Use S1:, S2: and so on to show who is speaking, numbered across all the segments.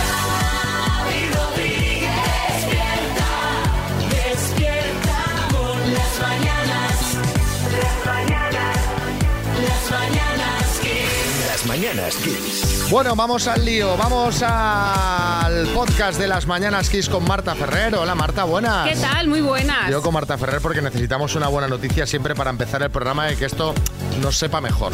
S1: Xavi Rodríguez, despierta, despierta con las mañanas, las mañanas, las mañanas que
S2: Las mañanas Kiss.
S3: Bueno, vamos al lío, vamos al podcast de las mañanas Kiss con Marta Ferrer. Hola Marta, buenas.
S4: ¿Qué tal? Muy buenas.
S3: Ah, Yo con Marta Ferrer porque necesitamos una buena noticia siempre para empezar el programa y que esto nos sepa mejor.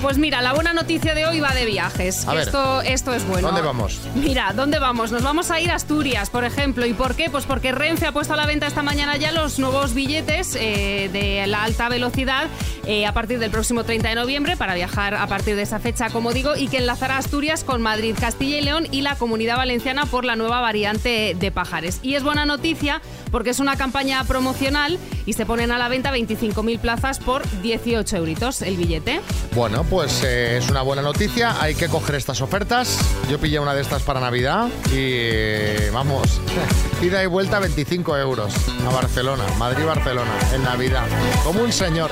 S4: Pues mira, la buena noticia de hoy va de viajes.
S3: A ver.
S4: esto, esto es bueno.
S3: ¿Dónde vamos?
S4: Mira, ¿dónde vamos? Nos vamos a ir a Asturias, por ejemplo. ¿Y por qué? Pues porque Renfe ha puesto a la venta esta mañana ya los nuevos billetes eh, de la alta velocidad eh, a partir del próximo 30 de noviembre para viajar a partir de esa fecha, como digo, y que enlazará Asturias con Madrid, Castilla y León y la Comunidad Valenciana por la nueva variante de Pajares. Y es buena noticia porque es una campaña promocional y se ponen a la venta 25.000 plazas por 18 euritos el billete.
S3: Bueno, pues eh, es una buena noticia, hay que coger estas ofertas. Yo pillé una de estas para Navidad y eh, vamos, ida y vuelta 25 euros a Barcelona, Madrid-Barcelona, en Navidad, como un señor.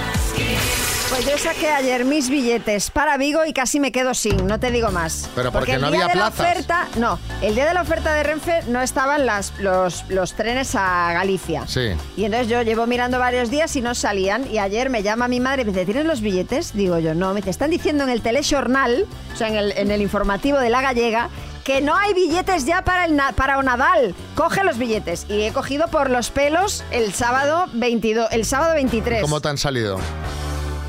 S5: Pues yo saqué ayer mis billetes para Vigo y casi me quedo sin, no te digo más.
S3: Pero porque
S5: el
S3: no
S5: día
S3: había
S5: de la
S3: plazas.
S5: oferta, no, el día de la oferta de Renfe no estaban las, los, los trenes a Galicia.
S3: Sí.
S5: Y entonces yo llevo mirando varios días y no salían. Y ayer me llama mi madre y me dice, ¿tienes los billetes? Digo yo, no. Me dice, están diciendo en el telejornal, o sea, en el, en el informativo de La Gallega, que no hay billetes ya para, el, na- para Onadal. Coge los billetes. Y he cogido por los pelos el sábado 22, el sábado 23.
S3: ¿Cómo te han salido?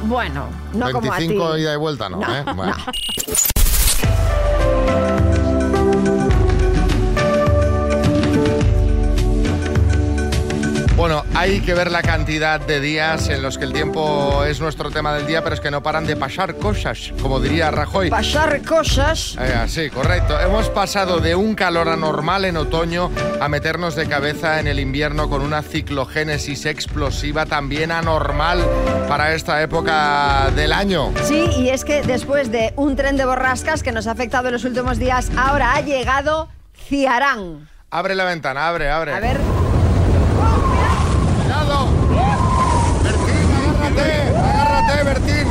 S5: Bueno, no como a ti.
S3: 25 ida y vuelta, no, ¿eh? Bueno. Bueno, hay que ver la cantidad de días en los que el tiempo es nuestro tema del día, pero es que no paran de pasar cosas, como diría Rajoy.
S5: Pasar cosas.
S3: Eh, sí, correcto. Hemos pasado de un calor anormal en otoño a meternos de cabeza en el invierno con una ciclogénesis explosiva también anormal para esta época del año.
S5: Sí, y es que después de un tren de borrascas que nos ha afectado en los últimos días, ahora ha llegado Ciarán.
S3: Abre la ventana, abre, abre.
S5: A ver.
S3: ¡Cuidado! ¡Bertín, agárrate! ¡Agárrate, Bertín!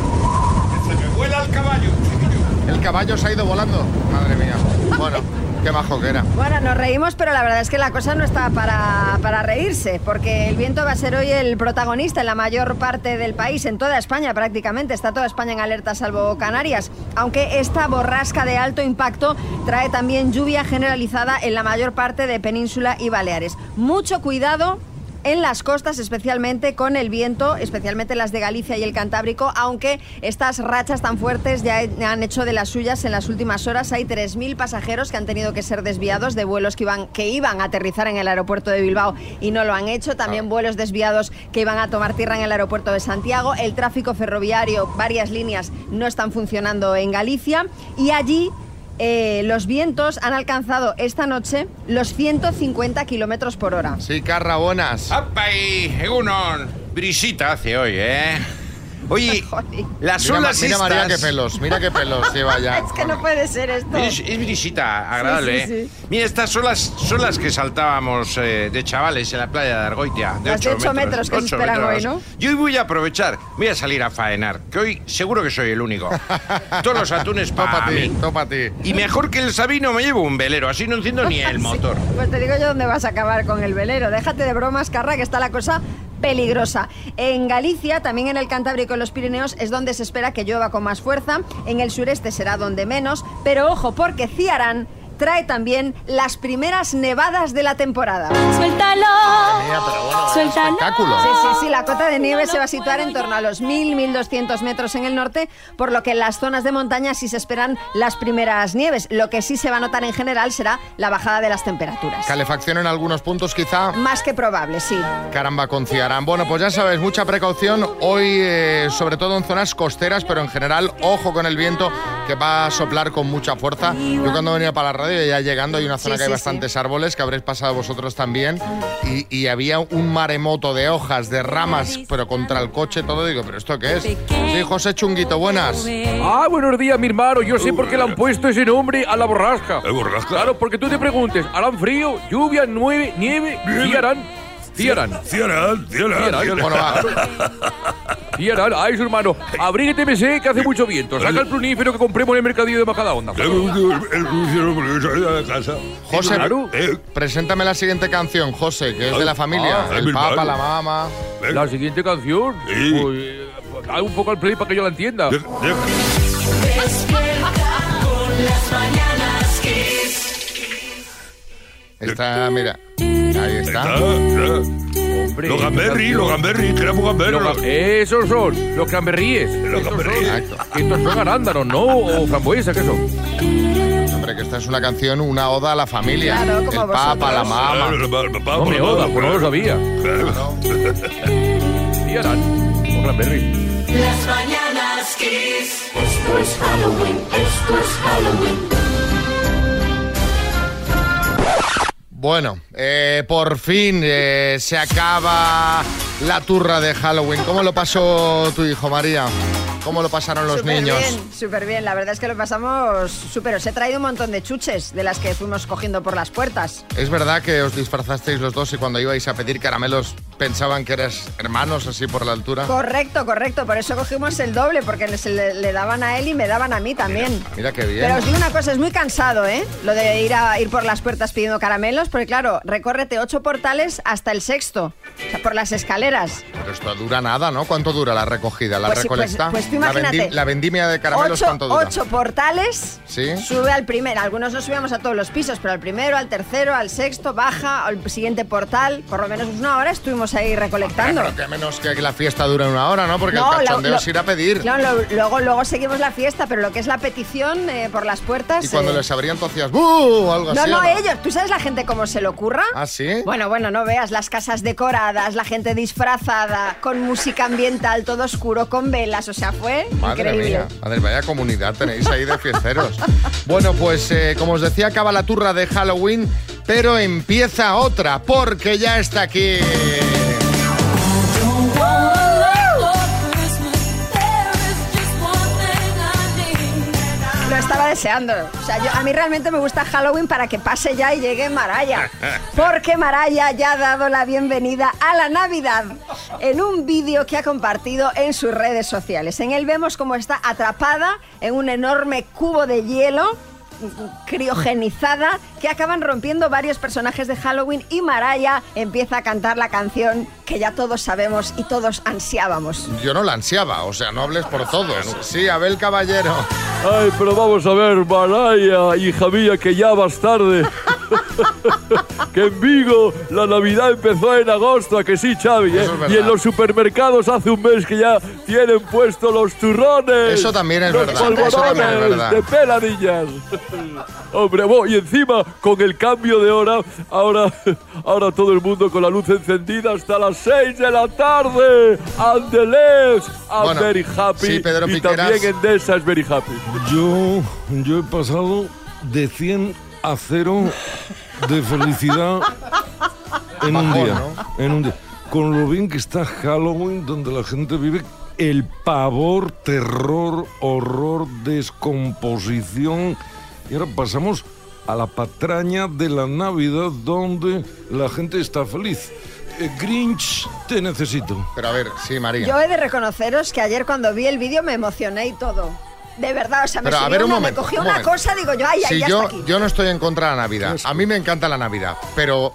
S6: Se me vuela el caballo, chiquillo.
S3: El caballo se ha ido volando. Madre mía. Bueno, qué majo que era.
S5: Bueno, nos reímos, pero la verdad es que la cosa no está para, para reírse, porque el viento va a ser hoy el protagonista en la mayor parte del país, en toda España prácticamente, está toda España en alerta salvo Canarias, aunque esta borrasca de alto impacto trae también lluvia generalizada en la mayor parte de Península y Baleares. Mucho cuidado en las costas, especialmente con el viento, especialmente las de Galicia y el Cantábrico, aunque estas rachas tan fuertes ya he- han hecho de las suyas en las últimas horas. Hay 3.000 pasajeros que han tenido que ser desviados de vuelos que iban, que iban a aterrizar en el aeropuerto de Bilbao y no lo han hecho. También vuelos desviados que iban a tomar tierra en el aeropuerto de Santiago. El tráfico ferroviario, varias líneas no están funcionando en Galicia y allí... eh, los vientos han alcanzado esta noche los 150 kilómetros por hora.
S3: Sí, carrabonas.
S6: ¡Apa ahí! Egunon. Brisita hace hoy, ¿eh? Oye,
S5: Jolín.
S6: las
S3: Mira,
S6: olas
S3: Ma- mira María qué
S6: estas-
S3: pelos, mira qué pelos lleva ya.
S5: Es que no puede ser esto.
S6: Es, es brisita, agradable,
S5: Sí, sí,
S6: ¿eh? Mira, estas son las, son las que saltábamos eh, de chavales en la playa de Argoitia. De
S5: Las de
S6: 8
S5: ocho metros que se
S6: ocho
S5: esperan
S6: metros.
S5: hoy, ¿no?
S6: Yo hoy voy a aprovechar, voy a salir a faenar, que hoy seguro que soy el único. Todos los atunes para
S3: Topa a ti,
S6: mí.
S3: topa a ti.
S6: Y mejor que el Sabino me llevo un velero, así no enciendo ni el
S5: Sí.
S6: motor.
S5: Pues te digo yo dónde vas a acabar con el velero. Déjate de bromas, Carra, que está la cosa peligrosa. En Galicia, también en el Cantábrico y los Pirineos, es donde se espera que llueva con más fuerza. En el sureste será donde menos. Pero ojo, porque Ciarán trae también las primeras nevadas de la temporada.
S1: Suéltalo,
S3: Mira, pero bueno, es
S1: Suéltalo.
S3: espectáculo.
S5: Sí, sí, sí, la cota de nieve se va a situar en torno a los 1.000, 1.200 metros en el norte, por lo que en las zonas de montaña sí se esperan las primeras nieves. Lo que sí se va a notar en general será la bajada de las temperaturas.
S3: Calefacción en algunos puntos quizá.
S5: Más que probable, sí.
S3: Caramba, con Ciarán. Bueno, pues ya sabes, mucha precaución hoy, eh, sobre todo en zonas costeras, pero en general, ojo con el viento que va a soplar con mucha fuerza. Yo cuando venía para la radio, ya llegando, hay una zona
S5: Sí,
S3: que hay
S5: sí,
S3: bastantes árboles, que habréis pasado vosotros también, y, y había un maremoto de hojas, de ramas, pero contra el coche, todo. Digo, ¿pero esto qué es? Sí, José Chunguito, buenas.
S7: Ah, buenos días, mi hermano. Yo sé por qué le han puesto ese nombre a la borrasca.
S6: ¿La borrasca?
S7: Claro, porque tú te preguntes, ¿harán frío, lluvia, nueve, nieve? ¿Y harán? ¿Y harán?
S8: Cierran, cierran,
S7: Cierran.
S3: Bueno, va.
S7: tía, nada, ay, su hermano. Abríguete, mesé, que hace mucho viento. Saca el plunífero que compremos en el mercadillo de Majadahonda.
S3: José,
S7: Claro.
S2: Eh.
S3: preséntame la siguiente canción, José, que es de la familia.
S2: Ah,
S3: el
S2: mi
S3: papa,
S2: hermano.
S3: la mamá.
S7: La siguiente canción.
S2: Sí.
S7: Pues, eh, haz un poco al play para que yo la entienda.
S3: Está, mira. Ahí está.
S7: Hombre,
S2: Los
S7: esta
S2: gamberri,
S7: canción.
S2: los gamberri, que era muy gambero.
S7: Los ga- Esos son, los camberríes.
S2: Los gamberri.
S3: Exacto.
S7: Estos son arándanos, ¿no? O frambuesas, ¿qué son?
S3: Hombre, que esta es una canción, una oda a la familia.
S5: Claro, como
S3: el papa,
S5: vosotros.
S3: la mamá.
S7: No me oda, pues no lo sabía. Y harán. O cranberry.
S1: Las mañanas Kiss.
S8: Esto es Halloween, esto es Halloween.
S3: Bueno, eh, por fin eh, se acaba la turra de Halloween. ¿Cómo lo pasó tu hijo, María? ¿Cómo lo pasaron los
S5: Súper
S3: niños?
S5: bien, súper bien. La verdad es que lo pasamos súper. Os he traído un montón de chuches de las que fuimos cogiendo por las puertas.
S3: Es verdad que os disfrazasteis los dos y cuando ibais a pedir caramelos pensaban que eras hermanos así por la altura.
S5: Correcto, correcto. Por eso cogimos el doble, porque se le, le daban a él y me daban a mí también.
S3: Ah, Mira qué bien.
S5: Pero os digo una cosa, es muy cansado, ¿eh? Lo de ir a ir por las puertas pidiendo caramelos, porque claro, recórrete ocho portales hasta el sexto, o sea, por las escaleras.
S3: Pero esto dura nada, ¿no? ¿Cuánto dura la recogida, la
S5: Pues sí, pues-
S3: recolecta?
S5: pues tú
S3: La vendi-
S5: imagínate.
S3: La, vendimia de caramelos,
S5: ocho,
S3: ¿cuánto dura?
S5: ocho portales,
S3: Sí.
S5: sube al primero. Algunos no subíamos a todos los pisos, pero al primero, al tercero, al sexto, baja, al siguiente portal. Por lo menos una hora estuvimos ahí recolectando.
S3: Pero que menos que la fiesta dure una hora, ¿no? Porque
S5: No,
S3: el
S5: lo-
S3: cachondeo
S5: lo-
S3: es ir a pedir.
S5: No, lo- luego, luego seguimos la fiesta, pero lo que es la petición eh, por las puertas.
S3: y cuando
S5: eh,
S3: les abrían, tú hacías ¡buh! o algo
S5: no,
S3: así.
S5: no,
S3: ¿o
S5: ellos. ¿Tú sabes la gente cómo se le ocurra?
S3: ¿Ah, sí?
S5: Bueno, bueno, no veas las casas decoradas, la gente disfrazada, con música ambiental, todo oscuro, con velas, o sea, fue
S3: Madre
S5: increíble.
S3: mía, madre vaya comunidad tenéis ahí de fiesteros. bueno, pues eh, como os decía, acaba la turra de Halloween, pero empieza otra, porque ya está aquí.
S5: Lo estaba deseando. O sea, yo, a mí realmente me gusta Halloween para que pase ya y llegue Maraya. Porque Maraya ya ha dado la bienvenida a la Navidad en un vídeo que ha compartido en sus redes sociales. En él vemos cómo está atrapada en un enorme cubo de hielo criogenizada que acaban rompiendo varios personajes de Halloween y Maraya empieza a cantar la canción que ya todos sabemos y todos ansiábamos.
S3: Yo no la ansiaba, o sea, no hables por todos. Sí, Abel Caballero.
S7: Ay, pero vamos a ver, Maraya, hija mía, que ya vas tarde. que en Vigo la Navidad empezó en agosto, ¿a que sí, Xavi. eh?
S3: Eso es verdad.
S7: y en los supermercados hace un mes que ya tienen puestos los turrones.
S3: Eso también es
S7: los
S3: verdad, eso también es
S7: polvorones
S3: verdad.
S7: de peladillas. Hombre, bo, y encima con el cambio de hora, ahora, ahora todo el mundo con la luz encendida hasta las 6 de la tarde. And the left, I'm
S3: Bueno,
S7: very happy.
S3: sí, Pedro
S7: y
S3: Piqueras.
S7: también Endesa es very happy.
S9: Yo, yo he pasado de 100 a 0 de felicidad en un
S3: Bajón,
S9: día. En un día. Con lo bien que está Halloween, donde la gente vive el pavor, terror, horror, descomposición. Y ahora pasamos a la patraña de la Navidad, donde la gente está feliz. Eh, Grinch, te necesito.
S3: Pero a ver, sí, María.
S5: Yo he de reconoceros que ayer cuando vi el vídeo me emocioné y todo. De verdad, o sea, me,
S3: Pero a
S5: subió
S3: ver un
S5: una-
S3: momento.
S5: me cogió
S3: un
S5: una
S3: momento.
S5: cosa, digo yo, ay, ay,
S3: Sí,
S5: ya
S3: yo,
S5: está aquí. Pues
S3: yo no estoy en contra de la Navidad. A mí me encanta la Navidad, pero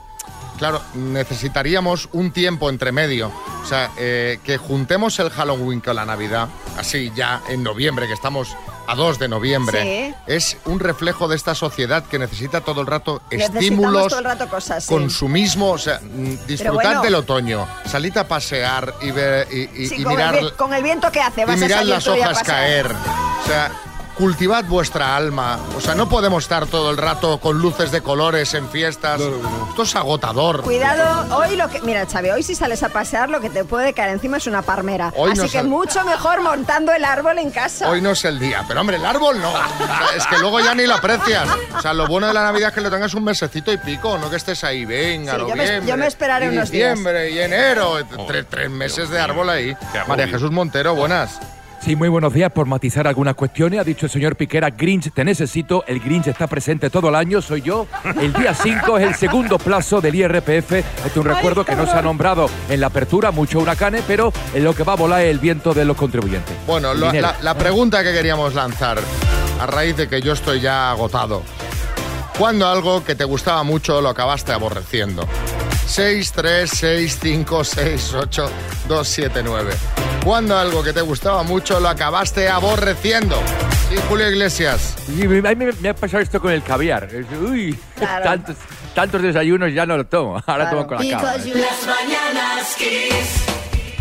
S3: claro, necesitaríamos un tiempo entre medio. O sea, eh, que juntemos el Halloween con la Navidad, así ya en noviembre, que estamos a 2 de noviembre,
S5: Sí.
S3: es un reflejo de esta sociedad que necesita todo el rato
S5: Necesitamos
S3: estímulos,
S5: todo el rato cosas, sí.
S3: consumismo, o sea, mm, disfrutar
S5: bueno.
S3: del otoño, salir a pasear y, ver, y, y-
S5: Sí,
S3: y
S5: con,
S3: mirar
S5: el, vi- con el viento que hace,
S3: y
S5: vas a
S3: mirad
S5: salir
S3: las
S5: tú y a
S3: hojas
S5: pasear.
S3: caer. O sea, cultivad vuestra alma. O sea, no podemos estar todo el rato con luces de colores en fiestas. Esto es agotador.
S5: Cuidado, hoy lo que. Mira, Xavi, hoy si sales a pasear, lo que te puede caer encima es una palmera.
S3: Hoy
S5: Así
S3: no
S5: que
S3: sal-
S5: mucho mejor montando el árbol en casa.
S3: Hoy no es el día, pero hombre, el árbol no. O sea, es que luego ya ni lo aprecias. O sea, lo bueno de la Navidad es que lo tengas un mesecito y pico, no que estés ahí, venga,
S5: Sí, yo me-
S3: noviembre.
S5: yo me esperaré
S3: y
S5: unos días.
S3: diciembre y enero, tre- tres, meses de árbol ahí.
S6: Qué agobio.
S3: María Jesús Montero, buenas.
S10: Sí, muy buenos días. Por matizar algunas cuestiones, ha dicho el señor Piquera, Grinch, te necesito. El Grinch está presente todo el año, soy yo. El día 5 es el segundo plazo del IRPF. Este es un recuerdo que no se ha nombrado en la apertura, mucho huracanes, pero en lo que va a volar es el viento de los contribuyentes.
S3: Bueno,
S10: El
S3: lo-
S10: dinero.
S3: la, la pregunta que queríamos lanzar, a raíz de que yo estoy ya agotado. ¿Cuándo algo que te gustaba mucho lo acabaste aborreciendo? 6, 3, 6, 5, 6, 8, 2, 7, 9. ¿Cuándo algo que te gustaba mucho lo acabaste aborreciendo? Sí, Julio Iglesias.
S10: Y me- a mí me, me ha pasado esto con el caviar. Es- Uy, tantos, tantos desayunos ya no lo tomo. Ahora tomo con la cava.
S1: Las mañanas kiss.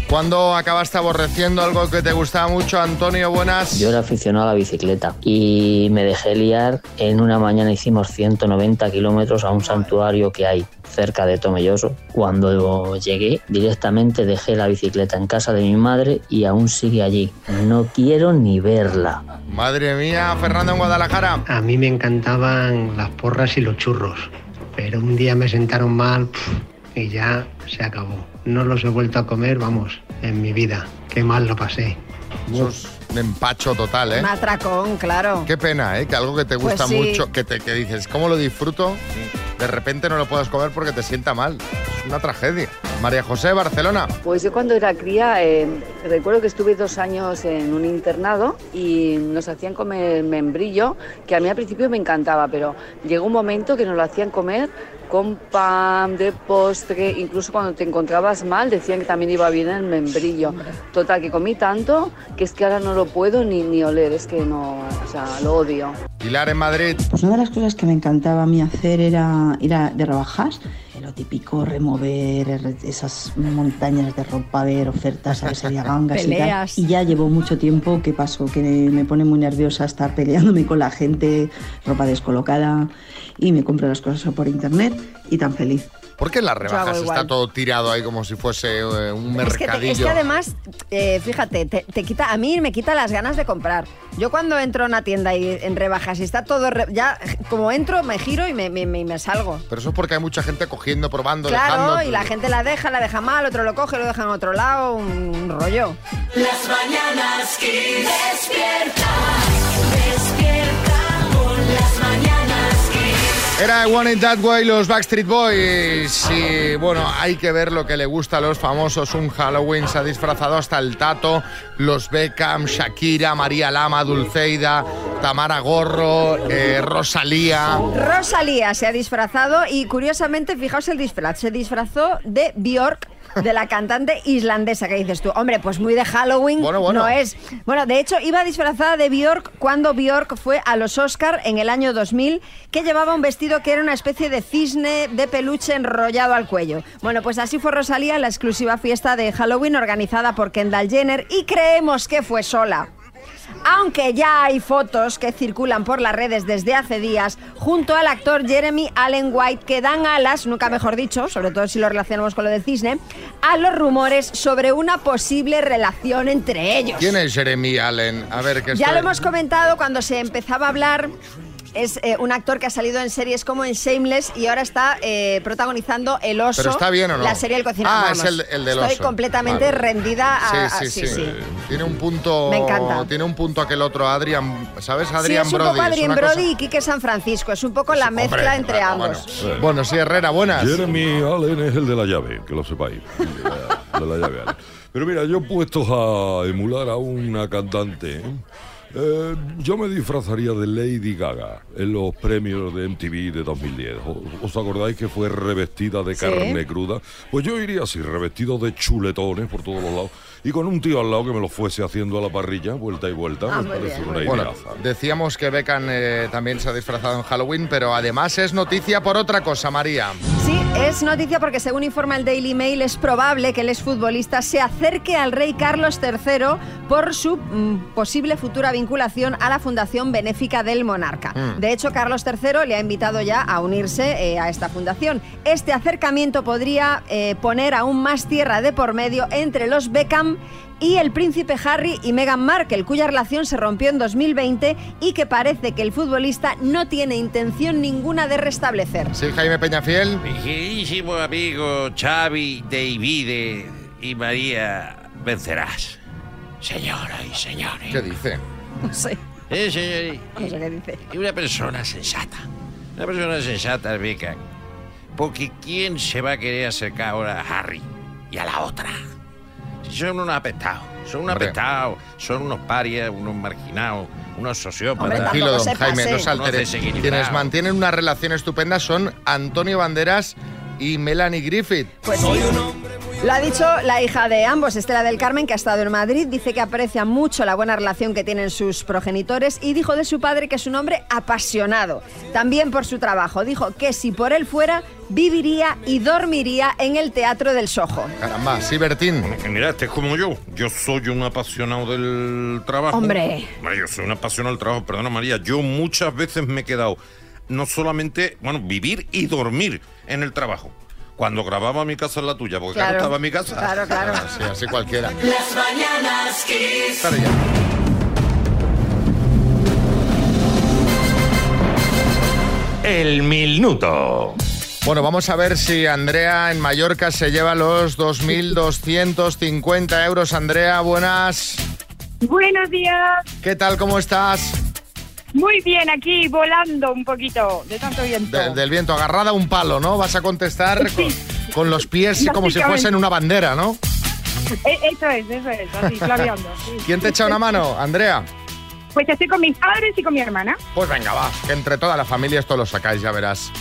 S3: ¿Cuándo acabaste aborreciendo algo que te gustaba mucho, Antonio? Buenas.
S11: Yo era aficionado a la bicicleta y me dejé liar. En una mañana hicimos 190 kilómetros a un santuario que hay cerca de Tomelloso. Cuando llegué, directamente dejé la bicicleta en casa de mi madre y aún sigue allí. No quiero ni verla.
S3: Madre mía, Fernando en Guadalajara.
S12: A mí me encantaban las porras y los churros, pero un día me sentaron mal pf, y ya se acabó. No los he vuelto a comer, vamos, en mi vida. Qué mal lo pasé.
S3: Eso es un empacho total, ¿eh?
S5: Matracón, claro.
S3: Qué pena, ¿eh? Que algo que te
S5: Pues
S3: gusta
S5: sí.
S3: mucho, que, te, que dices, ¿cómo lo disfruto? De repente no lo puedas comer porque te sienta mal. Es una tragedia. María José, Barcelona.
S13: Pues yo cuando era cría eh, recuerdo que estuve dos años en un internado y nos hacían comer membrillo, que a mí al principio me encantaba, pero llegó un momento que nos lo hacían comer con pan, de postre, incluso cuando te encontrabas mal decían que también iba bien el membrillo. Total, que comí tanto que es que ahora no lo puedo ni, ni oler, es que no, o sea, lo odio.
S3: Pilar eh. en Madrid.
S14: Pues una de las cosas que me encantaba a mí hacer era ir a, de rebajas, lo típico, remover er- esas montañas de ropa, ver ofertas, a ver si había gangas y tal.
S5: Peleas.
S14: Y ya llevo mucho tiempo que pasó, que me pone muy nerviosa estar peleándome con la gente, ropa descolocada, y me compro las cosas por internet y tan feliz.
S3: ¿Por qué en las
S14: hago
S3: rebajas está
S14: igual.
S3: todo tirado ahí como si fuese eh, un
S5: Es que,
S3: mercadillo?
S5: te- es que además, eh, fíjate, te, te quita, a mí me quita las ganas de comprar. Yo cuando entro a una tienda y en rebajas y está todo, re- ya como entro me giro y me, me- me- me salgo.
S3: Pero eso es porque hay mucha gente cogiendo, probando,
S5: Claro,
S3: dejando.
S5: y la gente la deja, la deja mal, otro lo coge, lo deja en otro lado, un, un rollo.
S1: Las mañanas kiss. Despierta. Despierta con las mañanas kiss.
S3: Era I Want It That Way, los Backstreet Boys. Y bueno, hay que ver lo que le gusta a los famosos. Un Halloween se ha disfrazado hasta el tato. Los Beckham, Shakira, María Lama, Dulceida, Tamara Gorro, eh, Rosalía.
S5: Rosalía se ha disfrazado y curiosamente, fijaos el disfraz, se disfrazó de Bjork. De la cantante islandesa que dices tú, hombre, pues muy de Halloween
S3: bueno.
S5: no es. Bueno, de hecho, iba disfrazada de Bjork cuando Bjork fue a los Oscar en el año 2000, que llevaba un vestido que era una especie de cisne de peluche enrollado al cuello. Bueno, pues así fue Rosalía en la exclusiva fiesta de Halloween organizada por Kendall Jenner y creemos que fue sola. Aunque ya hay fotos que circulan por las redes desde hace días junto al actor Jeremy Allen White que dan alas, nunca mejor dicho, sobre todo si lo relacionamos con lo del cisne, a los rumores sobre una posible relación entre ellos.
S3: ¿Quién es Jeremy Allen? A ver, que
S5: Ya
S3: estoy-
S5: lo hemos comentado cuando se empezaba a hablar. Es eh, un actor que ha salido en series como en Shameless y ahora está eh, protagonizando El Oso.
S3: ¿Pero está bien o no?
S5: La serie El Cocinero.
S3: Ah,
S5: Vamos,
S3: es el, el del
S5: Estoy
S3: oso.
S5: completamente
S3: Vale.
S5: rendida a...
S3: Sí, sí,
S5: a-
S3: sí, Tiene un punto.
S5: Me encanta.
S3: Tiene un punto aquel otro Adrian. ¿Sabes? Adrian
S5: sí, es un
S3: Brody.
S5: poco Adrien
S3: una cosa- Pues
S5: Brody y Quique San Francisco. Es un poco la mezcla
S3: Hombre,
S5: entre
S3: claro,
S5: ambos.
S3: Bueno, Bueno, sí, Herrera, buenas.
S9: Jeremy Allen es el de la llave, que lo sepáis. El de la, de la llave Allen. Pero mira, yo puestos a emular a una cantante, eh, yo me disfrazaría de Lady Gaga en los premios de MTV de 2010. ¿O- ¿Os acordáis que fue revestida de
S15: Sí.
S9: carne cruda? Pues yo iría así, revestido de chuletones por todos los lados y con un tío al lado que me lo fuese haciendo a la parrilla, vuelta y vuelta.
S3: Ah,
S9: me
S3: muy
S9: parece
S3: bien,
S9: una
S3: muy bien.
S9: ideaza.
S3: Decíamos que Beckham eh, también se ha disfrazado en Halloween, pero además es noticia por otra cosa, María.
S5: Sí, es noticia porque según informa el Daily Mail es probable que el exfutbolista se acerque al rey Carlos III por su mm, posible futura vinculación a la Fundación Benéfica del Monarca.
S16: Mm.
S5: De hecho, Carlos III le ha invitado ya a unirse eh, a esta fundación. Este acercamiento podría eh, poner aún más tierra de por medio entre los Beckham y el príncipe Harry y Meghan Markle, cuya relación se rompió en 2020 y que parece que el futbolista no tiene intención ninguna de restablecer.
S3: Sí, Jaime Peñafiel.
S6: Mi queridísimo amigo Xavi Davide y María eh, Vencerás. Señora y señores.
S3: ¿Qué dice?
S5: No sé.
S6: Sí, señor.
S5: No sé qué dice.
S6: Y una persona sensata. Una persona sensata, Beca. Porque ¿quién se va a querer acercar ahora a Harry y a la otra? Si son unos apestados. Son unos
S3: Hombre.
S6: apestados. Son unos parias, unos marginados, unos sociópatas.
S3: Tranquilo, don Jaime, no se altere.
S6: Unos desequilibrados.
S3: Quienes mantienen una relación estupenda son Antonio Banderas y Melanie Griffith.
S5: Soy un hombre Lo ha dicho la hija de ambos, Estela del Carmen, que ha estado en Madrid. Dice que aprecia mucho la buena relación que tienen sus progenitores y dijo de su padre que es un hombre apasionado, también por su trabajo. Dijo que si por él fuera, viviría y dormiría en el Teatro del Sojo.
S3: Caramba, sí, Bertín.
S2: Mira, este es como yo. Yo soy un apasionado del trabajo.
S5: Hombre.
S2: Hombre, Yo soy un apasionado del trabajo, perdona María. Yo muchas veces me he quedado, no solamente, bueno, vivir y dormir en el trabajo. Cuando grababa mi casa en la tuya, porque claro,
S1: Claro.
S2: estaba en mi casa.
S1: Claro, claro.
S3: Ah, sí, así cualquiera.
S1: Las mañanas Kiss.
S3: Para allá.
S6: El minuto.
S3: Bueno, vamos a ver si Andrea en Mallorca se lleva los 2.250 euros. Andrea, buenas.
S15: Buenos días.
S3: ¿Qué tal? ¿Cómo estás?
S15: Muy bien, aquí volando un poquito de tanto viento.
S3: De- del viento, agarrada a un palo, ¿no? Vas a contestar con, con los pies y como si
S15: Básicamente.
S3: fuesen una bandera, ¿no?
S15: E- eso es, eso es, así, claveando. sí.
S3: ¿Quién te echa una mano, Andrea?
S15: Pues estoy con mis padres y con mi hermana.
S3: Pues venga, va, que entre toda la familia esto lo sacáis, ya verás.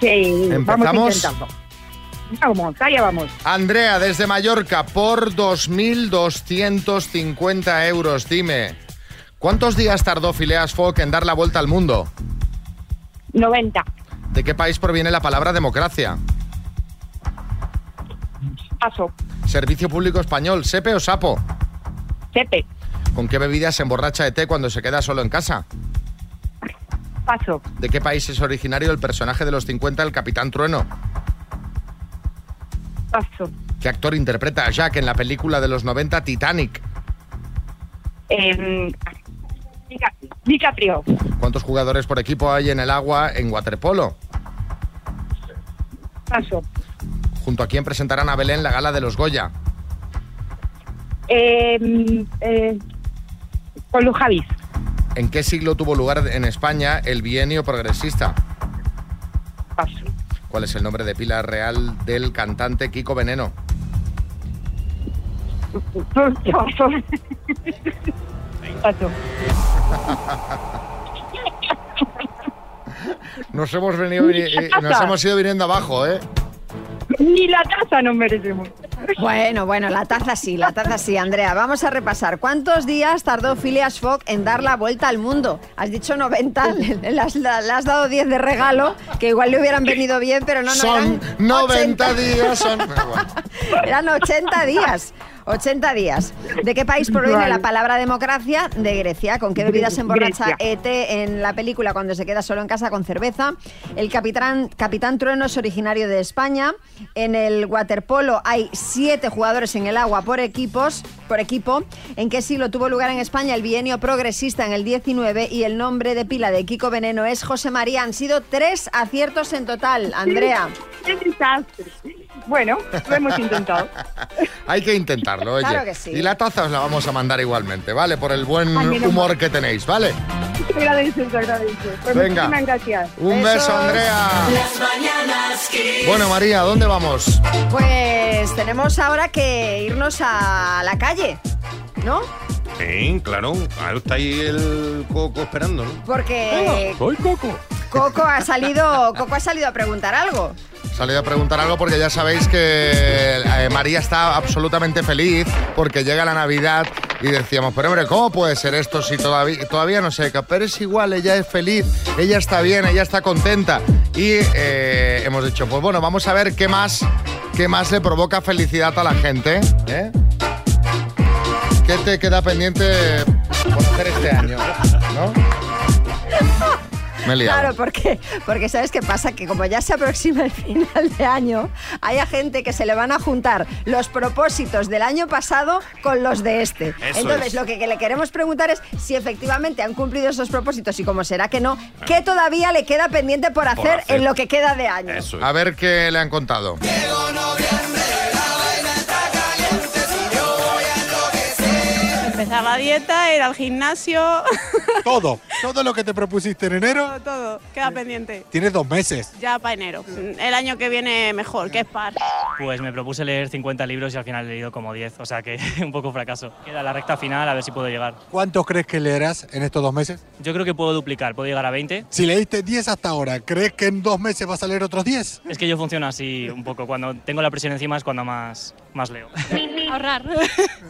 S15: Sí,
S3: ¿Empezamos?
S15: vamos intentando. Vamos, allá vamos.
S3: Andrea, desde Mallorca, por 2.250 euros, dime, ¿cuántos días tardó Phileas Fogg en dar la vuelta al mundo?
S15: 90.
S3: ¿De qué país proviene la palabra democracia?
S15: Paso.
S3: Servicio público español, ¿sepe o sapo?
S15: Sepe.
S3: ¿Con qué bebida se emborracha de té cuando se queda solo en casa?
S15: Paso.
S3: ¿De qué país es originario el personaje de los 50, el Capitán Trueno?
S15: Paso.
S3: ¿Qué actor interpreta a Jack en la película de los 90, Titanic?
S15: Eh, Dica- DiCaprio.
S3: ¿Cuántos jugadores por equipo hay en el agua en waterpolo?
S15: Paso.
S3: ¿Junto a quién presentarán a Belén la gala de los Goya?
S15: Eh, eh, con Luz Javis.
S3: ¿En qué siglo tuvo lugar en España el bienio progresista?
S15: Paso.
S3: ¿Cuál es el nombre de pila real del cantante Kiko Veneno?
S15: Paso. Paso.
S3: Nos hemos venido vini- eh, nos hemos ido viniendo abajo, ¿eh?
S15: Ni la taza nos merecemos.
S5: Bueno, bueno, la taza sí, la taza sí, Andrea. Vamos a repasar. ¿Cuántos días tardó Phileas Fogg en dar la vuelta al mundo? Has dicho 90, le, le- le has, le has dado 10 de regalo, que igual le hubieran venido bien, pero no, no
S3: son
S5: eran
S3: 90 días, son Ah,
S5: Eran 80 días. 80 días. ¿De qué país proviene
S15: Vale.
S5: la palabra democracia? De Grecia. ¿Con qué bebida se emborracha
S15: Grecia.
S5: ET en la película cuando se queda solo en casa con cerveza? El capitán, capitán Trueno es originario de España. En el waterpolo hay siete jugadores en el agua por equipos, por equipo. ¿En qué siglo tuvo lugar en España el bienio progresista en el 19 y el nombre de pila de Kiko Veneno es José María? Han sido tres aciertos en total, Andrea.
S15: Qué desastre. Bueno, lo hemos intentado.
S3: Hay que intentarlo, oye.
S15: Claro que sí.
S3: Y la taza os la vamos a mandar igualmente, ¿vale? Por el buen
S15: Ay, menos
S3: humor que tenéis, ¿vale?
S15: Te agradezco, te agradezco. Pues
S3: Venga.
S15: muchísimas gracias.
S3: Un beso, Andrea.
S1: Las mañanas Kiss.
S3: Bueno, María, ¿dónde vamos?
S5: Pues tenemos ahora que irnos a la calle, ¿no?
S2: Sí, claro. Ahí está ahí el coco esperando, ¿no?
S5: Porque
S2: Soy coco.
S5: Coco ha salido, Coco ha salido a preguntar algo.
S3: Salido a preguntar algo porque ya sabéis que eh, María está absolutamente feliz porque llega la Navidad y decíamos, pero hombre, ¿cómo puede ser esto si todavía, todavía no sé? Pero es igual, ella es feliz, ella está bien, ella está contenta. Y eh, hemos dicho, pues bueno, vamos a ver qué más, qué más le provoca felicidad a la gente. ¿eh? ¿Qué te queda pendiente por hacer este año? ¿No? Me he liado.
S5: Claro, porque, porque sabes qué pasa, que como ya se aproxima el final de año, hay a gente que se le van a juntar los propósitos del año pasado con los de este.
S1: Eso
S5: Entonces,
S1: es.
S5: lo que, que le queremos preguntar es si efectivamente han cumplido esos propósitos y como será que no, ¿qué todavía le queda pendiente por hacer,
S3: hacer.
S5: en lo que queda de año?
S3: A ver qué le han contado.
S17: empezar la dieta, ir al gimnasio,
S12: Todo, todo lo que te propusiste en enero,
S17: todo, todo. Queda pendiente.
S12: tienes dos meses.
S17: Ya para enero. El año que viene mejor, que es par.
S18: Pues me propuse leer 50 libros y al final he leído como 10, o sea que un poco fracaso. Queda la recta final a ver si puedo llegar.
S12: ¿Cuántos crees que leerás en estos dos meses?
S18: Yo creo que puedo duplicar, puedo llegar a 20.
S12: Si leíste 10 hasta ahora, ¿crees que en dos meses vas a leer otros 10?
S18: Es que yo funciono así un poco, cuando tengo la presión encima es cuando más, más leo.
S19: Ahorrar.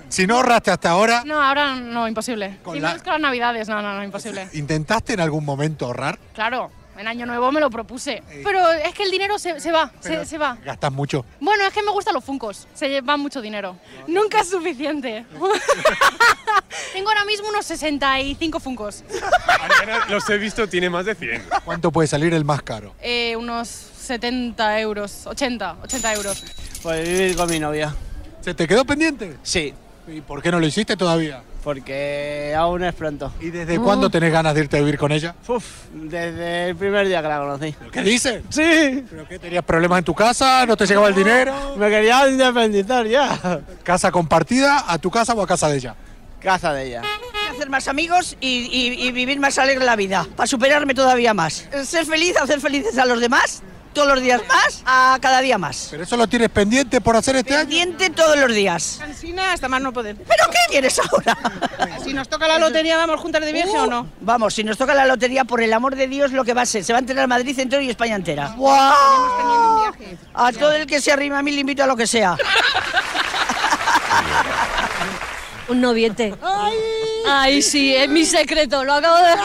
S12: Si no ahorraste hasta ahora,
S19: No, ahora no, imposible.
S12: Con
S19: y
S12: la-
S19: menos que las navidades, no, no, no, imposible.
S12: ¿intentaste en algún momento ahorrar?
S19: Claro, en Año Nuevo me lo propuse. Pero es que el dinero se, se va, se,
S12: Pero-
S19: se va.
S12: Gastas mucho.
S19: Bueno, es que me gustan los funcos, se llevan mucho dinero. Nunca es suficiente. Tengo ahora mismo unos 65 funcos.
S20: Mariana, los he visto, tiene más de 100.
S12: ¿Cuánto puede salir el más caro?
S19: Eh, unos 70 euros, 80, 80 euros.
S21: Pues vivir con mi novia.
S12: ¿Se te quedó pendiente?
S21: Sí.
S12: ¿Y por qué no lo hiciste todavía?
S21: Porque aún es pronto.
S12: ¿Y ¿Desde cuándo tenés ganas de irte a vivir con ella?
S21: Uf, desde el primer día que la conocí.
S12: ¿Qué dices?
S21: Sí.
S12: ¿Pero qué tenías problemas en tu casa? ¿No te llegaba el dinero?
S21: Me quería independizar ya.
S12: ¿Casa compartida? ¿A tu casa o a casa de ella?
S21: Casa de ella.
S22: Hacer más amigos y, y- y vivir más alegre la vida, para superarme todavía más. Ser feliz, hacer felices a los demás, todos los días más, a cada día más.
S12: ¿Pero eso lo tienes pendiente por hacer este año?
S22: Pendiente todos los días.
S17: Cansina hasta más no poder.
S22: ¿Pero qué quieres ahora?
S17: Si nos toca la lotería, vamos juntas de viaje o
S22: Uh,
S17: no.
S22: Vamos, si nos toca la lotería, por el amor de Dios, lo que va a ser. Se va a enterar Madrid, centro y España entera. ¡Guau! A todo el que se arrima a mí le invito a lo que sea.
S23: Un noviete. Ay, sí, es mi secreto, lo acabo de
S12: Ah,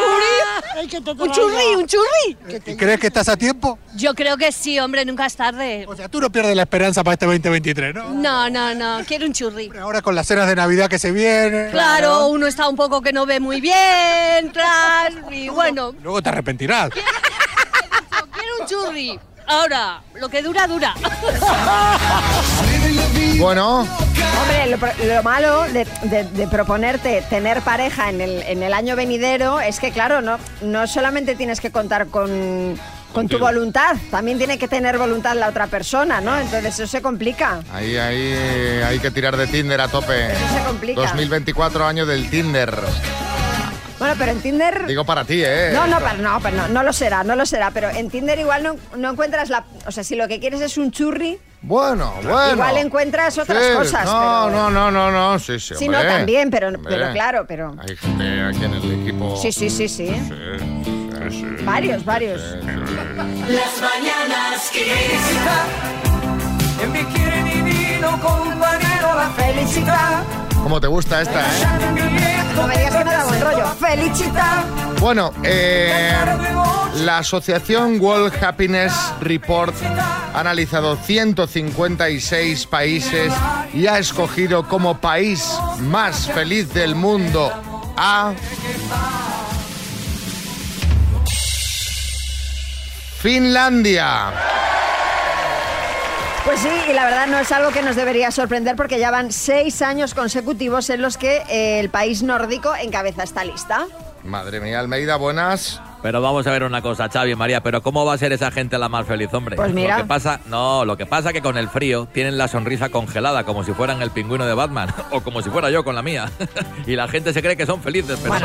S23: descubrir. Un churri, un churri.
S12: ¿Y crees que estás a tiempo?
S23: Yo creo que sí, hombre, nunca es tarde.
S12: Tú no pierdes la esperanza para este 2023, ¿no?
S23: No, no, no, quiero un churri.
S12: Ahora con las cenas de Navidad que se vienen.
S23: Claro, uno está un poco que no ve muy bien, tal, y bueno,
S12: Luego te arrepentirás.
S23: quiero un churri. Ahora, lo que dura, dura.
S3: Bueno,
S5: Hombre, lo, pro- lo malo de, de- de proponerte tener pareja en el, en el año venidero es que, claro, no, no solamente tienes que contar con, con tu
S3: Contigo.
S5: voluntad, también tiene que tener voluntad la otra persona, ¿no? Entonces eso se complica.
S3: ahí, ahí hay que tirar de Tinder a tope.
S5: se complica.
S3: 2024 año del Tinder.
S5: Bueno, pero en Tinder...
S3: Digo para ti, ¿eh?
S5: No, no, pero no, pero no, no lo será, no lo será. Pero en Tinder igual no, no encuentras la... O sea, si lo que quieres es un churri,
S3: Bueno, bueno.
S5: igual encuentras otras
S3: Sí,
S5: cosas.
S3: No,
S5: pero-
S3: no, no, no, no, sí, sí.
S5: Sí, no,
S3: hombre.
S5: también, pero, pero
S3: Hombre.
S5: claro, pero...
S3: Hay gente aquí en el equipo.
S5: Sí, sí, sí, sí. Varios, varios.
S1: Las mañanas
S24: En bikini divino, compañero, la felicidad.
S3: Como te gusta esta, ¿eh?
S5: No me digas que me da buen rollo. Felicita.
S3: Bueno, eh, la asociación World Happiness Report ha analizado 156 países y ha escogido como país más feliz del mundo a Finlandia.
S5: Pues sí, y la verdad no es algo que nos debería sorprender porque ya van seis años consecutivos en los que eh, el país nórdico encabeza esta lista.
S3: Madre mía, Almeida, buenas.
S25: Pero vamos a ver una cosa, Xavi y María, pero ¿cómo va a ser esa gente la más feliz, hombre?
S5: Pues mira.
S25: Lo que pasa, no, lo que pasa que con el frío tienen la sonrisa congelada, como si fueran el pingüino de Batman, o como si fuera yo con la mía. y la gente se cree que son felices, pero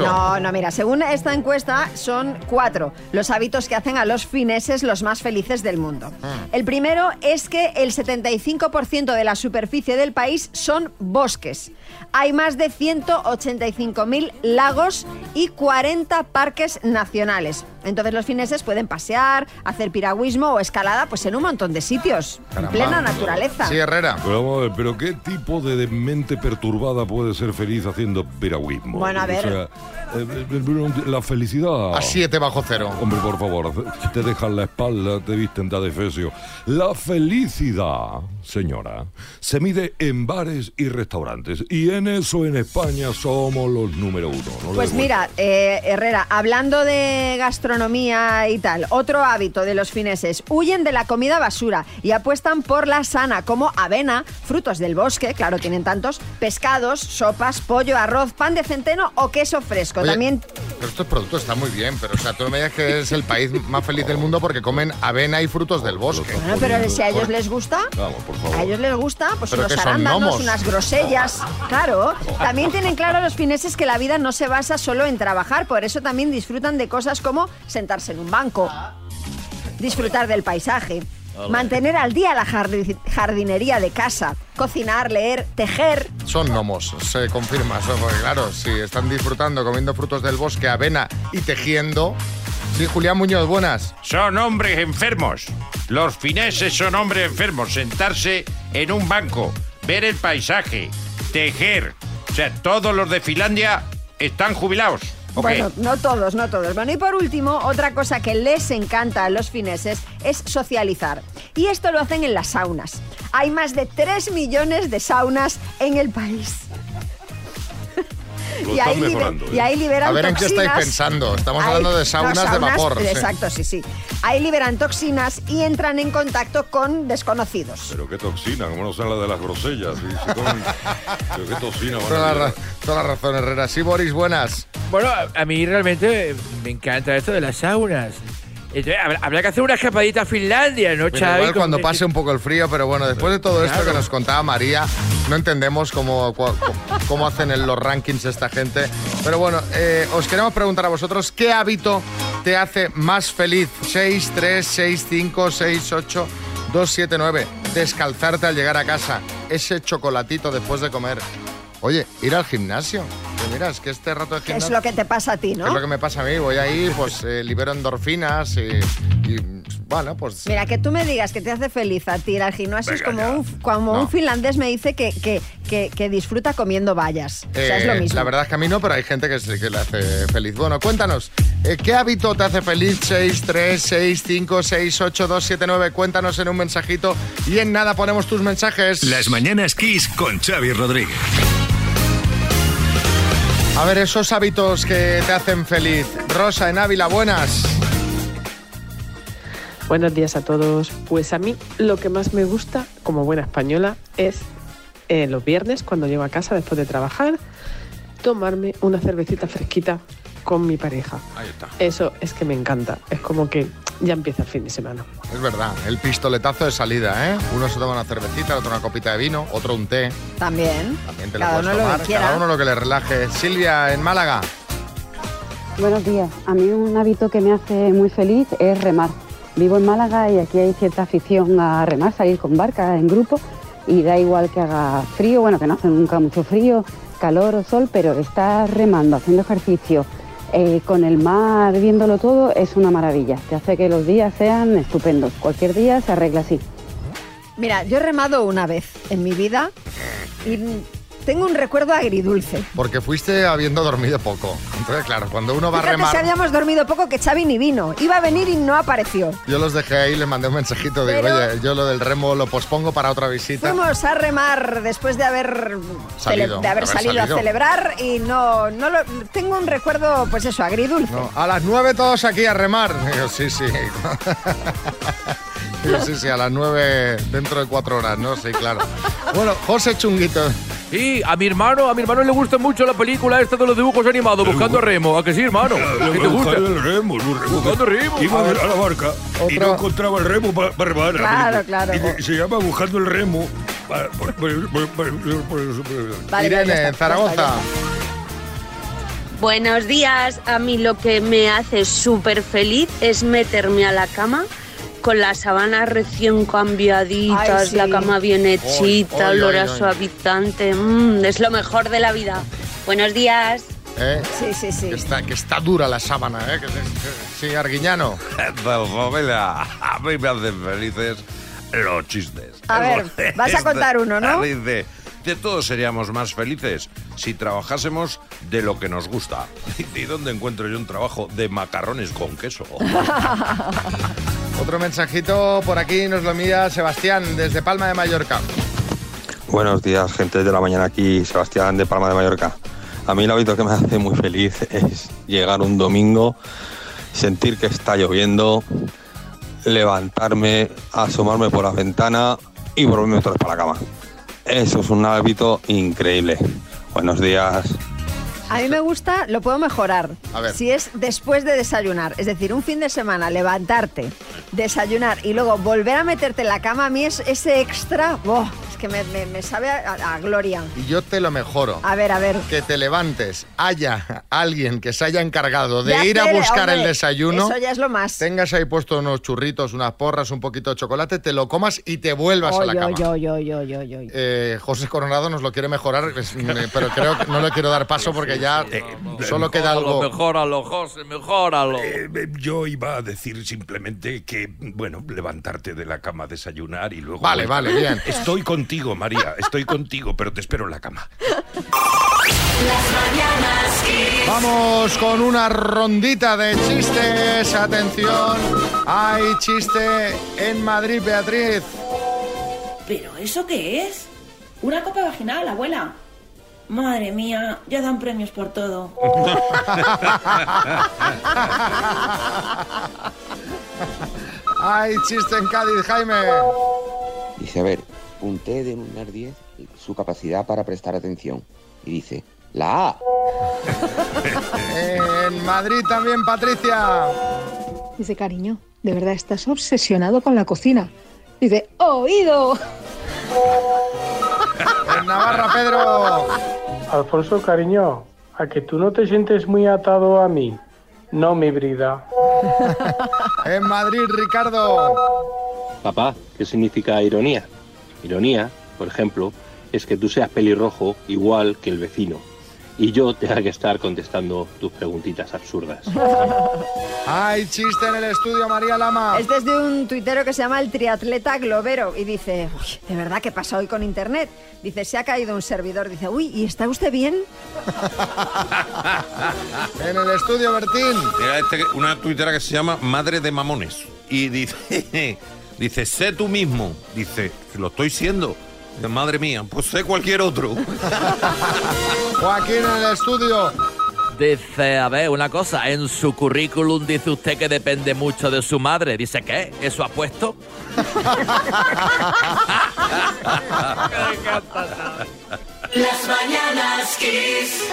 S5: No, no, mira, según esta encuesta son cuatro los hábitos que hacen a los fineses los más felices del mundo. El primero es que el 75% de la superficie del país son bosques. Hay más de 185.000 lagos y 40 parques nacionales. Entonces los fineses pueden pasear, hacer piragüismo o escalada pues en un montón de sitios, en plena naturaleza.
S3: Herrera.
S9: Pero vamos a ver, ¿pero qué tipo de mente perturbada puede ser feliz haciendo piragüismo?
S5: Bueno, a
S9: O
S5: ver.
S9: sea, eh, eh, la felicidad. A
S3: 7 bajo cero.
S9: Hombre, por favor, te dejan la espalda, te visten de adefesio. La felicidad, señora, se mide en bares y restaurantes. Y en eso en España somos los número uno. ¿no?
S5: Pues
S9: De-
S5: mira, eh, Herrera, hablando de gastronomía y tal, otro hábito de los fineses, huyen de la comida basura y apuestan por la sana, como avena, frutos del bosque, claro, tienen tantos, pescados, sopas, pollo, arroz, pan de centeno o queso fresco. pero
S3: Oye,
S5: también
S3: Pero estos productos están muy bien, pero o sea, tú me dices que es el país más feliz del mundo porque comen avena y frutos del bosque.
S5: Bueno, Ah, pero si a ellos
S3: Por-
S5: les gusta,
S3: Vamos, por favor.
S5: a ellos les gusta, pues
S3: Pero
S5: unos
S3: que son gnomos.
S5: arándanos, unas grosellas, claro. También tienen claro los fineses que la vida no se basa solo en trabajar, por eso también disfrutan de cosas como sentarse en un banco, disfrutar del paisaje,
S3: Ole.
S5: mantener al día la jardi- jardinería de casa, cocinar, leer, tejer.
S3: Son gnomos, se confirma eso, porque claro, si están disfrutando comiendo frutos del bosque, avena y tejiendo. Sí, Julián Muñoz, buenas.
S6: Son hombres enfermos. Los fineses son hombres enfermos. Sentarse en un banco, ver el paisaje, tejer. O sea, todos los de Finlandia están jubilados. ¿o qué?
S5: Bueno, no todos, no todos. Bueno, y por último, otra cosa que les encanta a los fineses es socializar. Y esto lo hacen en las saunas. Hay más de 3 millones de saunas en el país.
S3: Lo
S5: y,
S3: están
S5: ahí libe-
S3: mejorando, ¿eh?
S5: y ahí liberan
S3: A ver, ¿en qué
S5: toxinas.
S3: estáis pensando? Estamos
S5: Ahí-
S3: hablando de saunas de vapor, sí.
S5: Exacto, sí, sí. Ahí liberan toxinas y entran en contacto con desconocidos.
S4: Pero qué toxina, como no son las de las grosellas. y se comen- pero qué toxina. van a
S3: Toda la,
S4: llevar.
S3: ra- toda la razón, Herrera. Sí, Boris, buenas.
S7: Bueno, a- a mí realmente eh, me encanta esto de las saunas. Entonces, eh, habrá, habrá que hacer una escapadita a Finlandia, ¿no,
S3: Pero
S7: Xavi?
S3: igual
S7: Con-
S3: cuando pase un poco el frío, pero bueno, después de todo esto que nos contaba María, no entendemos cómo, cua- cómo hacen en los rankings esta gente. Pero bueno, eh, os queremos preguntar a vosotros qué hábito te hace más feliz. 6, 3, 6, 5, 6, 8, 2, 7, 9. Descalzarte al llegar a casa. Ese chocolatito después de comer. Oye, ir al gimnasio. Que Mira, es que este rato de
S5: Que
S3: gimnasio...
S5: es lo que te pasa a ti,
S3: Es lo
S5: ¿no?
S3: que me pasa a mí, voy ahí, pues eh, libero endorfinas y, y, bueno, pues...
S5: Mira, que tú me digas que te hace feliz a ti ir al gimnasio es
S3: Venga,
S5: como, un, como
S3: No.
S5: un finlandés me dice que, que, que, que disfruta comiendo vallas. o sea, es lo
S3: Eh,
S5: mismo.
S3: La verdad es que a mí no, pero hay gente que sí que le hace feliz. Bueno, cuéntanos, eh, ¿qué hábito te hace feliz? 6, 3, 6, 5, 6, 8, 2, 7, 9. Cuéntanos en un mensajito y en nada ponemos tus mensajes.
S8: Las mañanas Kiss con Xavi Rodríguez.
S3: A ver, esos hábitos que te hacen feliz. Rosa en Ávila, buenas.
S10: Buenos días a todos. Pues a mí lo que más me gusta, como buena española, es eh, los viernes, cuando llego a casa después de trabajar, tomarme una cervecita fresquita con mi pareja.
S3: Ahí está.
S10: Eso es que me encanta. Es como que ya empieza el fin de semana.
S3: Es verdad, el pistoletazo de salida, ¿eh? Uno se toma una cervecita, el otro una copita de vino, otro un té.
S5: También.
S3: También te lo
S5: Cada uno
S3: puedes
S5: lo que
S3: tomar.
S5: quiera.
S3: Cada uno lo que le relaje. Silvia en Málaga.
S10: Buenos días. A mí un hábito que me hace muy feliz es remar. Vivo en Málaga y aquí hay cierta afición a remar, salir con barca en grupo y da igual que haga frío, bueno, que no hace nunca mucho frío, calor o sol, pero estar remando, haciendo ejercicio, eh, con el mar, viéndolo todo, es una maravilla. Te hace que los días sean estupendos. Cualquier día se arregla así.
S5: Mira, yo he remado una vez en mi vida y tengo un recuerdo agridulce.
S3: Porque fuiste habiendo dormido poco. Entonces, claro, cuando uno va a
S5: Fíjate
S3: remar...
S5: si habíamos dormido poco que Xavi ni vino. Iba a venir y no apareció.
S3: Yo los dejé ahí, les mandé un mensajito. Digo,
S5: Pero-
S3: oye, yo lo del remo lo pospongo para otra visita.
S5: Fuimos a remar después de haber
S3: Salido,
S5: cele- de haber,
S3: haber
S5: salido,
S3: salido.
S5: a celebrar y no, no lo, tengo un recuerdo, pues eso, agridulce.
S3: No, a las nueve todos aquí a remar. Digo, sí, sí. Digo, sí, sí, a las nueve dentro de cuatro horas, ¿no? Sí, claro. Bueno, José Chunguito.
S25: Y a mi hermano, a mi hermano le gusta mucho la película esta de los dibujos animados, buscando a Remo. ¿A que sí, hermano? ¿Qué te gusta?
S4: Buscando el remo, un remo.
S25: Buscando remo.
S4: Iba
S25: A
S4: a,
S25: ver.
S4: la barca y
S25: Otra-
S4: no encontraba el remo para remar.
S5: Claro,
S4: Y-
S5: claro.
S4: y se llama Buscando el remo.
S15: Ah,
S4: pa- por- por- por- por- por- por-
S5: Vale,
S3: Irene, en Zaragoza.
S11: Buenos días. A mí lo que me hace súper feliz es meterme a la cama con las sábanas recién cambiaditas,
S5: Ay, sí.
S11: la cama bien hechita,
S5: Oy, oy,
S11: olor
S5: oy,
S11: a
S5: oy.
S11: suavizante. Mm, es lo mejor de la vida. Buenos días.
S3: ¿eh?
S5: Sí, sí, sí.
S3: Que está, que está dura la sábana, ¿eh? Que se- que- sí, Arguiñano.
S2: Familia, a mí me hacen felices los chistes.
S5: A ver, vas a contar uno, ¿no?
S2: Dice, de todos seríamos más felices si trabajásemos de lo que nos gusta. Dice, ¿Y dónde encuentro yo un trabajo de macarrones con queso?
S3: Otro mensajito por aquí nos lo mira Sebastián desde Palma de Mallorca.
S26: Buenos días, gente de la mañana aquí, Sebastián de Palma de Mallorca. A mí el hábito que me hace muy feliz es llegar un domingo, sentir que está lloviendo, levantarme, asomarme por la ventana y volverme otra vez para la cama. Eso es un hábito increíble. Buenos días.
S5: A mí me gusta, lo puedo mejorar.
S3: A ver.
S5: Si es después de desayunar, es decir, un fin de semana, levantarte, desayunar y luego volver a meterte en la cama, a mí es, ese extra, ¡buah! es que me, me- me sabe a, a gloria.
S3: Y yo te lo mejoro.
S5: A ver, a ver.
S3: Que te levantes, haya alguien que se haya encargado de,
S5: De
S3: ir a
S5: hacer,
S3: buscar el
S5: hombre,
S3: desayuno.
S5: eso ya es lo más.
S3: Tengas ahí puesto unos churritos, unas porras, un poquito de chocolate, te lo comas y te vuelvas a la
S5: Oy,
S3: cama.
S5: oy, oy, oy, oy, oy, oy.
S3: Eh, José Coronado nos lo quiere mejorar, es- me- pero creo que no le quiero dar paso porque ya eh, solo queda algo.
S7: Mejóralo, José, mejóralo.
S27: Eh, yo iba a decir simplemente que, bueno, levantarte de la cama, desayunar y luego...
S3: Vale,
S27: vuelta.
S3: vale, bien.
S27: Estoy contigo, María, estoy contigo, pero te espero en la cama.
S3: Vamos con una rondita de chistes. Atención, hay chiste en Madrid, Beatriz.
S28: ¿Pero eso qué es? ¿Una copa vaginal, abuela? Madre mía, ya dan premios por todo.
S3: Hay chiste en Cádiz, Jaime.
S29: Dice, a ver, punté de 1 al 10 su capacidad para prestar atención. Y dice, la A.
S3: En Madrid también, Patricia.
S30: Dice, cariño, de verdad estás obsesionado con la cocina. Dice, "Oh, oído.
S3: En Navarra, Pedro.
S12: Alfonso, cariño, a que tú no te sientes muy atado a mí. No, mi brida.
S3: En Madrid, Ricardo.
S16: Papá, ¿qué significa ironía? Ironía, por ejemplo, es que tú seas pelirrojo igual que el vecino y yo tenga que estar contestando tus preguntitas absurdas.
S3: Hay chiste en el estudio, María Lama.
S5: Este es de un tuitero que se llama el triatleta globero y dice, uy, de verdad, ¿qué pasa hoy con internet? Dice, se ha caído un servidor. Dice, uy, ¿y está usted bien?
S3: En el estudio, Bertín.
S2: Mira, este, una tuitera que se llama Madre de Mamones. Y dice, dice, sé tú mismo. Dice, lo estoy siendo. Dice, Madre mía, pues sé cualquier otro.
S3: Joaquín en el estudio.
S7: Dice, a ver, una cosa, en su currículum dice usted que depende mucho de su madre. Dice, ¿qué? ¿Eso ha puesto?
S1: Las mañanas kiss.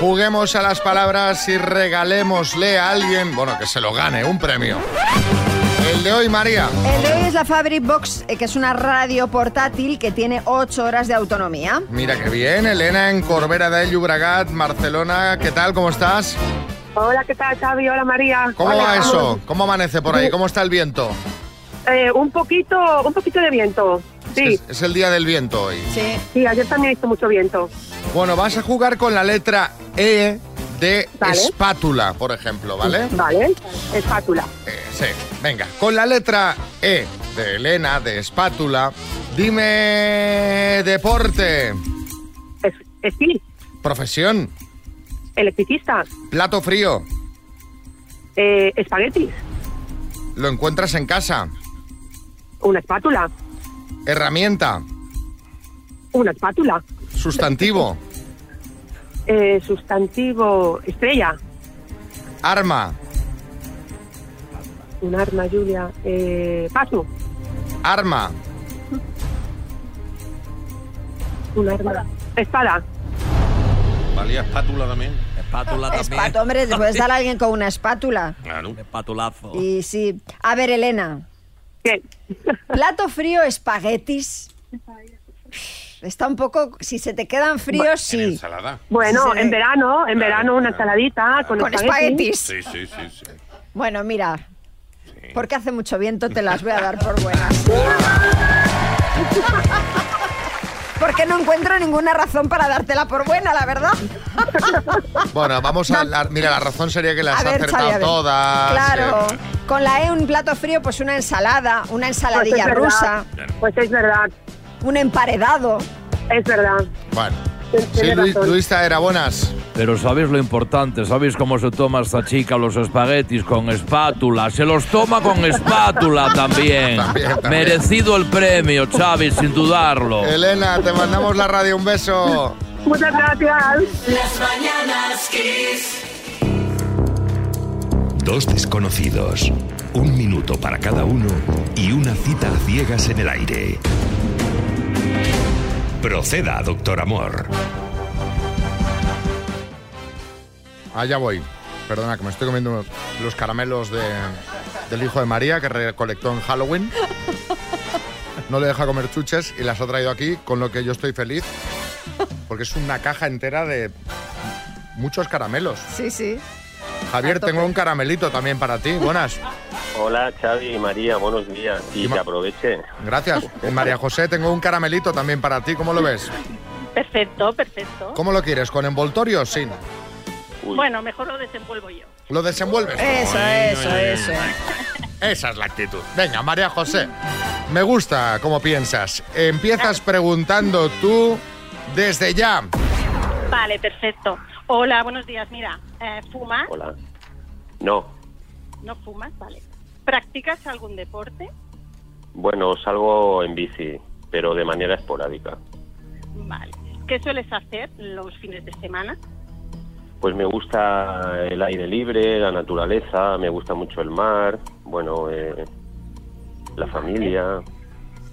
S3: Juguemos a las palabras y regalémosle a alguien, bueno, que se lo gane, un premio. El de hoy, María.
S5: El de hoy es la Fabric Box, eh, que es una radio portátil que tiene 8 horas de autonomía.
S3: Mira qué bien, Elena en Corbera de Llobregat, Barcelona. ¿Qué tal? ¿Cómo estás?
S17: Hola, ¿qué tal, Xavi? Hola, María.
S3: ¿Cómo
S17: Hola,
S3: va
S17: Raúl.
S3: eso? ¿Cómo amanece por ahí? ¿Cómo está el viento?
S17: Eh, un poquito, un poquito de viento. Sí,
S3: Es el día del viento hoy.
S17: sí. ayer también hizo mucho viento.
S3: Bueno, vas a jugar con la letra E de
S17: Vale.
S3: espátula, por ejemplo, ¿vale?
S17: Vale. Espátula.
S3: Eh, sí, venga. Con la letra E de Elena, de espátula, dime deporte.
S17: Esquí.
S3: Profesión.
S17: Electricista.
S3: Plato frío.
S17: Eh, espaguetis.
S3: Lo encuentras en casa.
S17: Una espátula.
S3: Herramienta.
S17: Una espátula.
S3: Sustantivo.
S17: Eh, sustantivo. Estrella.
S3: Arma.
S17: Un arma, Julia. Eh, paso.
S3: Arma.
S17: Un arma. Espada.
S2: Valía espátula también.
S7: Espátula
S5: Espato, hombre, te puedes dar a alguien con una espátula.
S2: Claro.
S7: Espatulazo.
S5: Y sí. A ver, Elena. ¿Qué? Plato frío, espaguetis. Está un poco. Si se te quedan fríos, sí.
S17: Bueno,
S5: Sí.
S17: en verano, en verano una ensaladita con,
S5: Con espaguetis.
S2: Sí, sí, sí, sí.
S5: Bueno, mira. Porque hace mucho viento, te las voy a dar por buenas. Porque no encuentro ninguna razón para dártela por buena, la verdad.
S3: Bueno, vamos a... la- mira, la razón sería que las
S5: A
S3: has
S5: ver,
S3: acertado
S5: Xavi, a ver.
S3: todas.
S5: Claro.
S3: eh.
S5: Con la E, un plato frío, pues una ensalada, una ensaladilla
S17: Pues es
S5: rusa.
S17: verdad. Pues es verdad.
S5: Un emparedado.
S17: Es verdad.
S3: Bueno.
S17: Tiene
S3: Sí, Luis,
S17: razón.
S3: Luisa era buenas.
S7: Pero sabéis lo importante, sabéis cómo se toma esta chica los espaguetis con espátula. Se los toma con espátula también. Merecido el premio, Xavi, sin dudarlo.
S3: Elena, te mandamos la radio. Un beso.
S17: Muchas gracias.
S1: Las mañanas kiss.
S31: Dos desconocidos, un minuto para cada uno y una cita a ciegas en el aire. Proceda, doctor Amor.
S3: Allá Ah, voy. Perdona, que me estoy comiendo los caramelos de, del hijo de María que recolectó en Halloween. No le deja comer chuches y las ha traído aquí, con lo que yo estoy feliz. Porque es una caja entera de muchos caramelos.
S5: Sí, sí.
S3: Javier, tengo un caramelito también para ti. Buenas.
S16: Hola Xavi y María, buenos días y que aproveche.
S3: Gracias. María José, tengo un caramelito también para ti. ¿Cómo lo ves?
S17: Perfecto, perfecto.
S3: ¿Cómo lo quieres? ¿Con envoltorio o sin?
S17: Bueno, mejor lo desenvuelvo yo.
S3: ¿Lo desenvuelves?
S17: Eso, eso, eso.
S3: Esa es la actitud. Venga, María José. Me gusta cómo piensas. Empiezas preguntando tú desde ya.
S17: Vale, perfecto. Hola, buenos días. Mira, eh, ¿fumas?
S16: Hola. No,
S17: No fumas, vale. ¿Practicas algún deporte?
S16: bueno, salgo en bici, pero de manera esporádica.
S17: Vale. ¿Qué sueles hacer los fines de semana?
S16: Pues me gusta el aire libre, la naturaleza, me gusta mucho el mar, bueno, eh, la familia.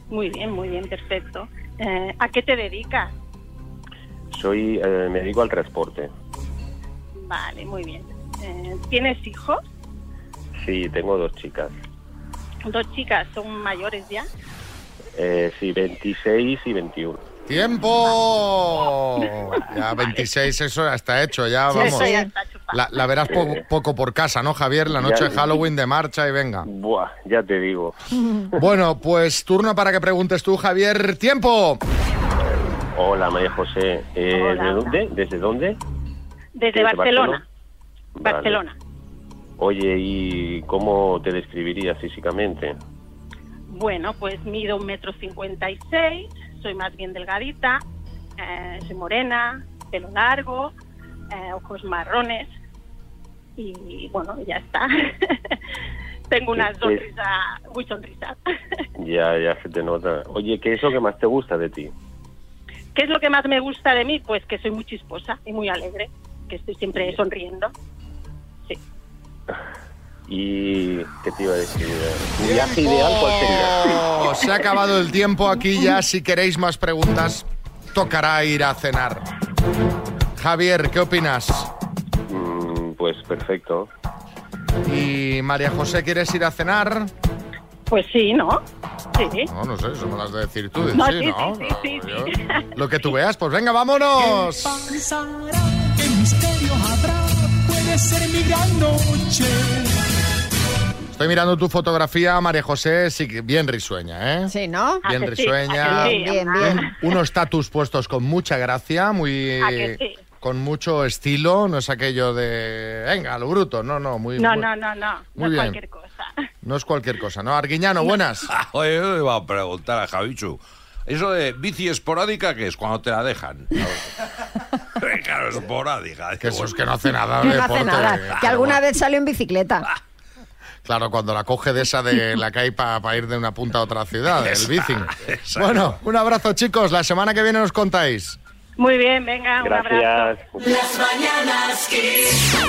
S17: Muy bien, muy bien, perfecto. Eh, ¿A qué te dedicas?
S16: Soy, eh, me dedico al transporte.
S17: Vale, muy bien. Eh, ¿Tienes hijos?
S16: Sí, tengo dos chicas.
S17: Dos chicas, son mayores ya.
S16: Eh, sí, 26 y 21.
S3: ¡Tiempo! Ya 26, eso ya está hecho, ya
S16: Sí,
S3: vamos.
S16: eso ya está
S3: La, la verás po- poco por casa, ¿no, Javier? La noche
S16: Ya.
S3: de Halloween de marcha y venga.
S16: Buah, ya te digo.
S3: Bueno, pues turno para que preguntes tú, Javier. ¡Tiempo!
S16: Hola, María José. Eh,
S17: Hola,
S16: ¿De
S17: hola.
S16: dónde? ¿Desde dónde?
S17: Desde
S16: ¿Desde
S17: Barcelona.
S16: Vale.
S17: Barcelona.
S16: Oye, ¿y cómo te describirías físicamente?
S17: Bueno, pues mido un metro cincuenta y seis, soy más bien delgadita, eh, soy morena, pelo largo, eh, ojos marrones y bueno, ya está. Tengo una
S16: Sí, sí.
S17: sonrisa, muy sonrisa.
S16: Ya, ya se te nota. Oye, ¿qué es lo que más te gusta de ti?
S17: ¿Qué es lo que más me gusta de mí? Pues que soy muy chisposa y muy alegre, que estoy siempre sonriendo.
S16: ¿Y qué te iba a decir? ¿Tu viaje ideal cuál
S3: Oh,
S16: sería?
S3: se ha acabado el tiempo aquí ya. Si queréis más preguntas, tocará ir a cenar. Javier, ¿qué opinas?
S16: Mm, Pues perfecto.
S3: ¿Y María José, quieres ir a cenar?
S17: Pues sí, ¿no? Sí.
S3: No, no sé, eso me lo has de decir tú. de
S17: No,
S3: sí,
S17: sí,
S3: ¿no?
S17: sí, sí, sí, sí.
S3: Lo que tú veas, pues venga, vámonos.
S1: ¿Qué pasará? ¿Qué misterio habrá? Puede ser mi gran noche.
S3: Estoy mirando tu fotografía, María José, sí, que bien risueña, ¿eh?
S5: Sí, ¿no?
S17: Ah,
S3: Bien risueña.
S5: Bien, bien.
S3: Un- Unos tatus puestos con mucha gracia, muy...
S5: ¿A
S17: Ah,
S5: que sí?
S3: Con mucho estilo, no es aquello de... Venga, lo bruto, no, no, muy...
S17: No,
S3: muy-
S17: no, no, no.
S3: muy
S17: no es
S3: bien.
S17: cualquier cosa.
S3: No es cualquier cosa, ¿no? Arguiñano, buenas.
S2: Ah,
S19: Oye, yo le iba a preguntar a Javichu. Eso de bici esporádica, ¿qué es? Cuando te la dejan. claro, esporádica. Que
S3: eso es que no hace nada
S5: Que no hace nada. Que alguna vez salió en
S3: Ah.
S5: bicicleta.
S3: Claro, cuando la coge de esa de la que hay para ir de una punta a otra ciudad, el bici. Bueno, un abrazo, chicos. La semana que viene nos contáis.
S17: Muy bien, venga, un abrazo.
S1: Las mañanas Kiss.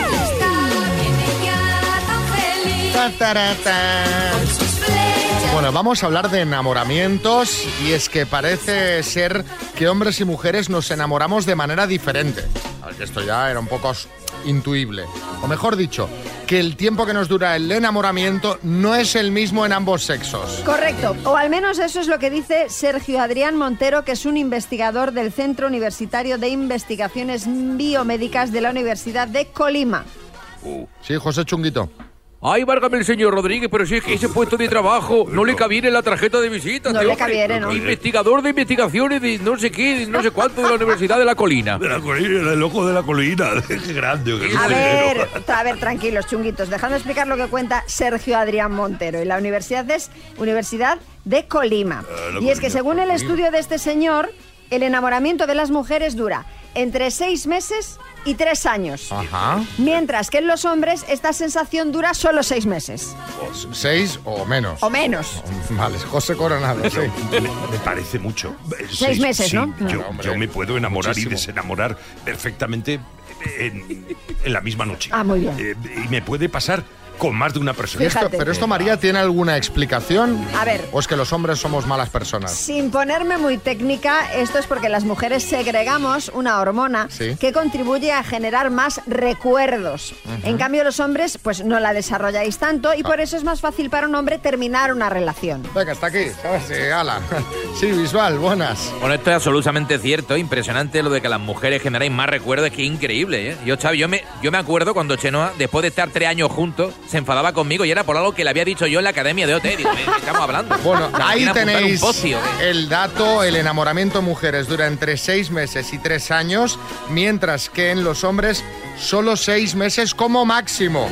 S3: Bueno, vamos a hablar de enamoramientos y es que parece ser que hombres y mujeres nos enamoramos de manera diferente. A ver, que esto ya era un poco os- intuible. O mejor dicho, que el tiempo que nos dura el enamoramiento no es el mismo en ambos sexos.
S5: Correcto, o al menos eso es lo que dice Sergio Adrián Montero, que es un investigador del Centro Universitario de Investigaciones Biomédicas de la Universidad de Colima.
S3: Sí, José Chunguito.
S7: Ay, válgame el señor Rodríguez, pero si es que ese puesto de trabajo no le cabía en la tarjeta de visita.
S5: No
S7: tío,
S5: le
S7: hombre.
S5: cabiera, ¿no?
S7: Investigador de investigaciones de no sé qué, de no sé cuánto de la Universidad de la Colina.
S19: De la colina, el ojo de la colina. Qué grande. qué
S5: A
S19: grande.
S5: ver, a ver, tranquilos, chunguitos. Dejadme explicar lo que cuenta Sergio Adrián Montero. Y la universidad es Universidad de Colima.
S32: Ah, la
S5: Y es que
S32: Colima,
S5: según el
S32: Colima.
S5: estudio de este señor, el enamoramiento de las mujeres dura entre seis meses y tres años.
S3: Ajá.
S5: Mientras que en los hombres esta sensación dura solo seis meses.
S3: Seis o menos.
S5: O menos.
S3: Vale, José Coronado, sí.
S4: Me, me parece mucho. Eh,
S5: Seis meses,
S4: sí,
S5: ¿no?
S4: Yo,
S5: No, hombre,
S4: yo me puedo enamorar
S3: muchísimo.
S4: y desenamorar perfectamente en, en la misma noche.
S5: Ah, muy bien.
S4: Eh, y me puede pasar
S15: con más de una persona.
S3: Esto- pero esto, María, ¿tiene alguna explicación?
S5: A ver.
S3: ¿O es que los hombres somos malas personas?
S5: Sin ponerme muy técnica, esto es porque las mujeres segregamos una hormona
S3: Sí.
S5: que contribuye a generar más recuerdos.
S3: Ujú. Ah.
S5: En cambio, los hombres pues no la desarrolláis tanto y por eso es más fácil para un hombre terminar una relación.
S3: Venga, hasta aquí, ¿sabes? Sí, ala. Sí, Bisbal, buenas.
S25: Bueno, esto es absolutamente cierto. Impresionante lo de que las mujeres generáis más recuerdos. Es que increíble, ¿eh? Yo, Xavi, yo me, yo me acuerdo cuando Chenoa, después de estar tres años juntos, se enfadaba conmigo y era por algo que le había dicho yo en la academia de OT. Digo, ¿de qué estamos hablando?
S3: Bueno,
S25: Me
S3: ahí
S25: quieren apuntar un
S3: tenéis
S25: pocio, ¿eh?
S3: el dato, el enamoramiento en mujeres dura entre seis meses y tres años, mientras que en los hombres solo seis meses como máximo.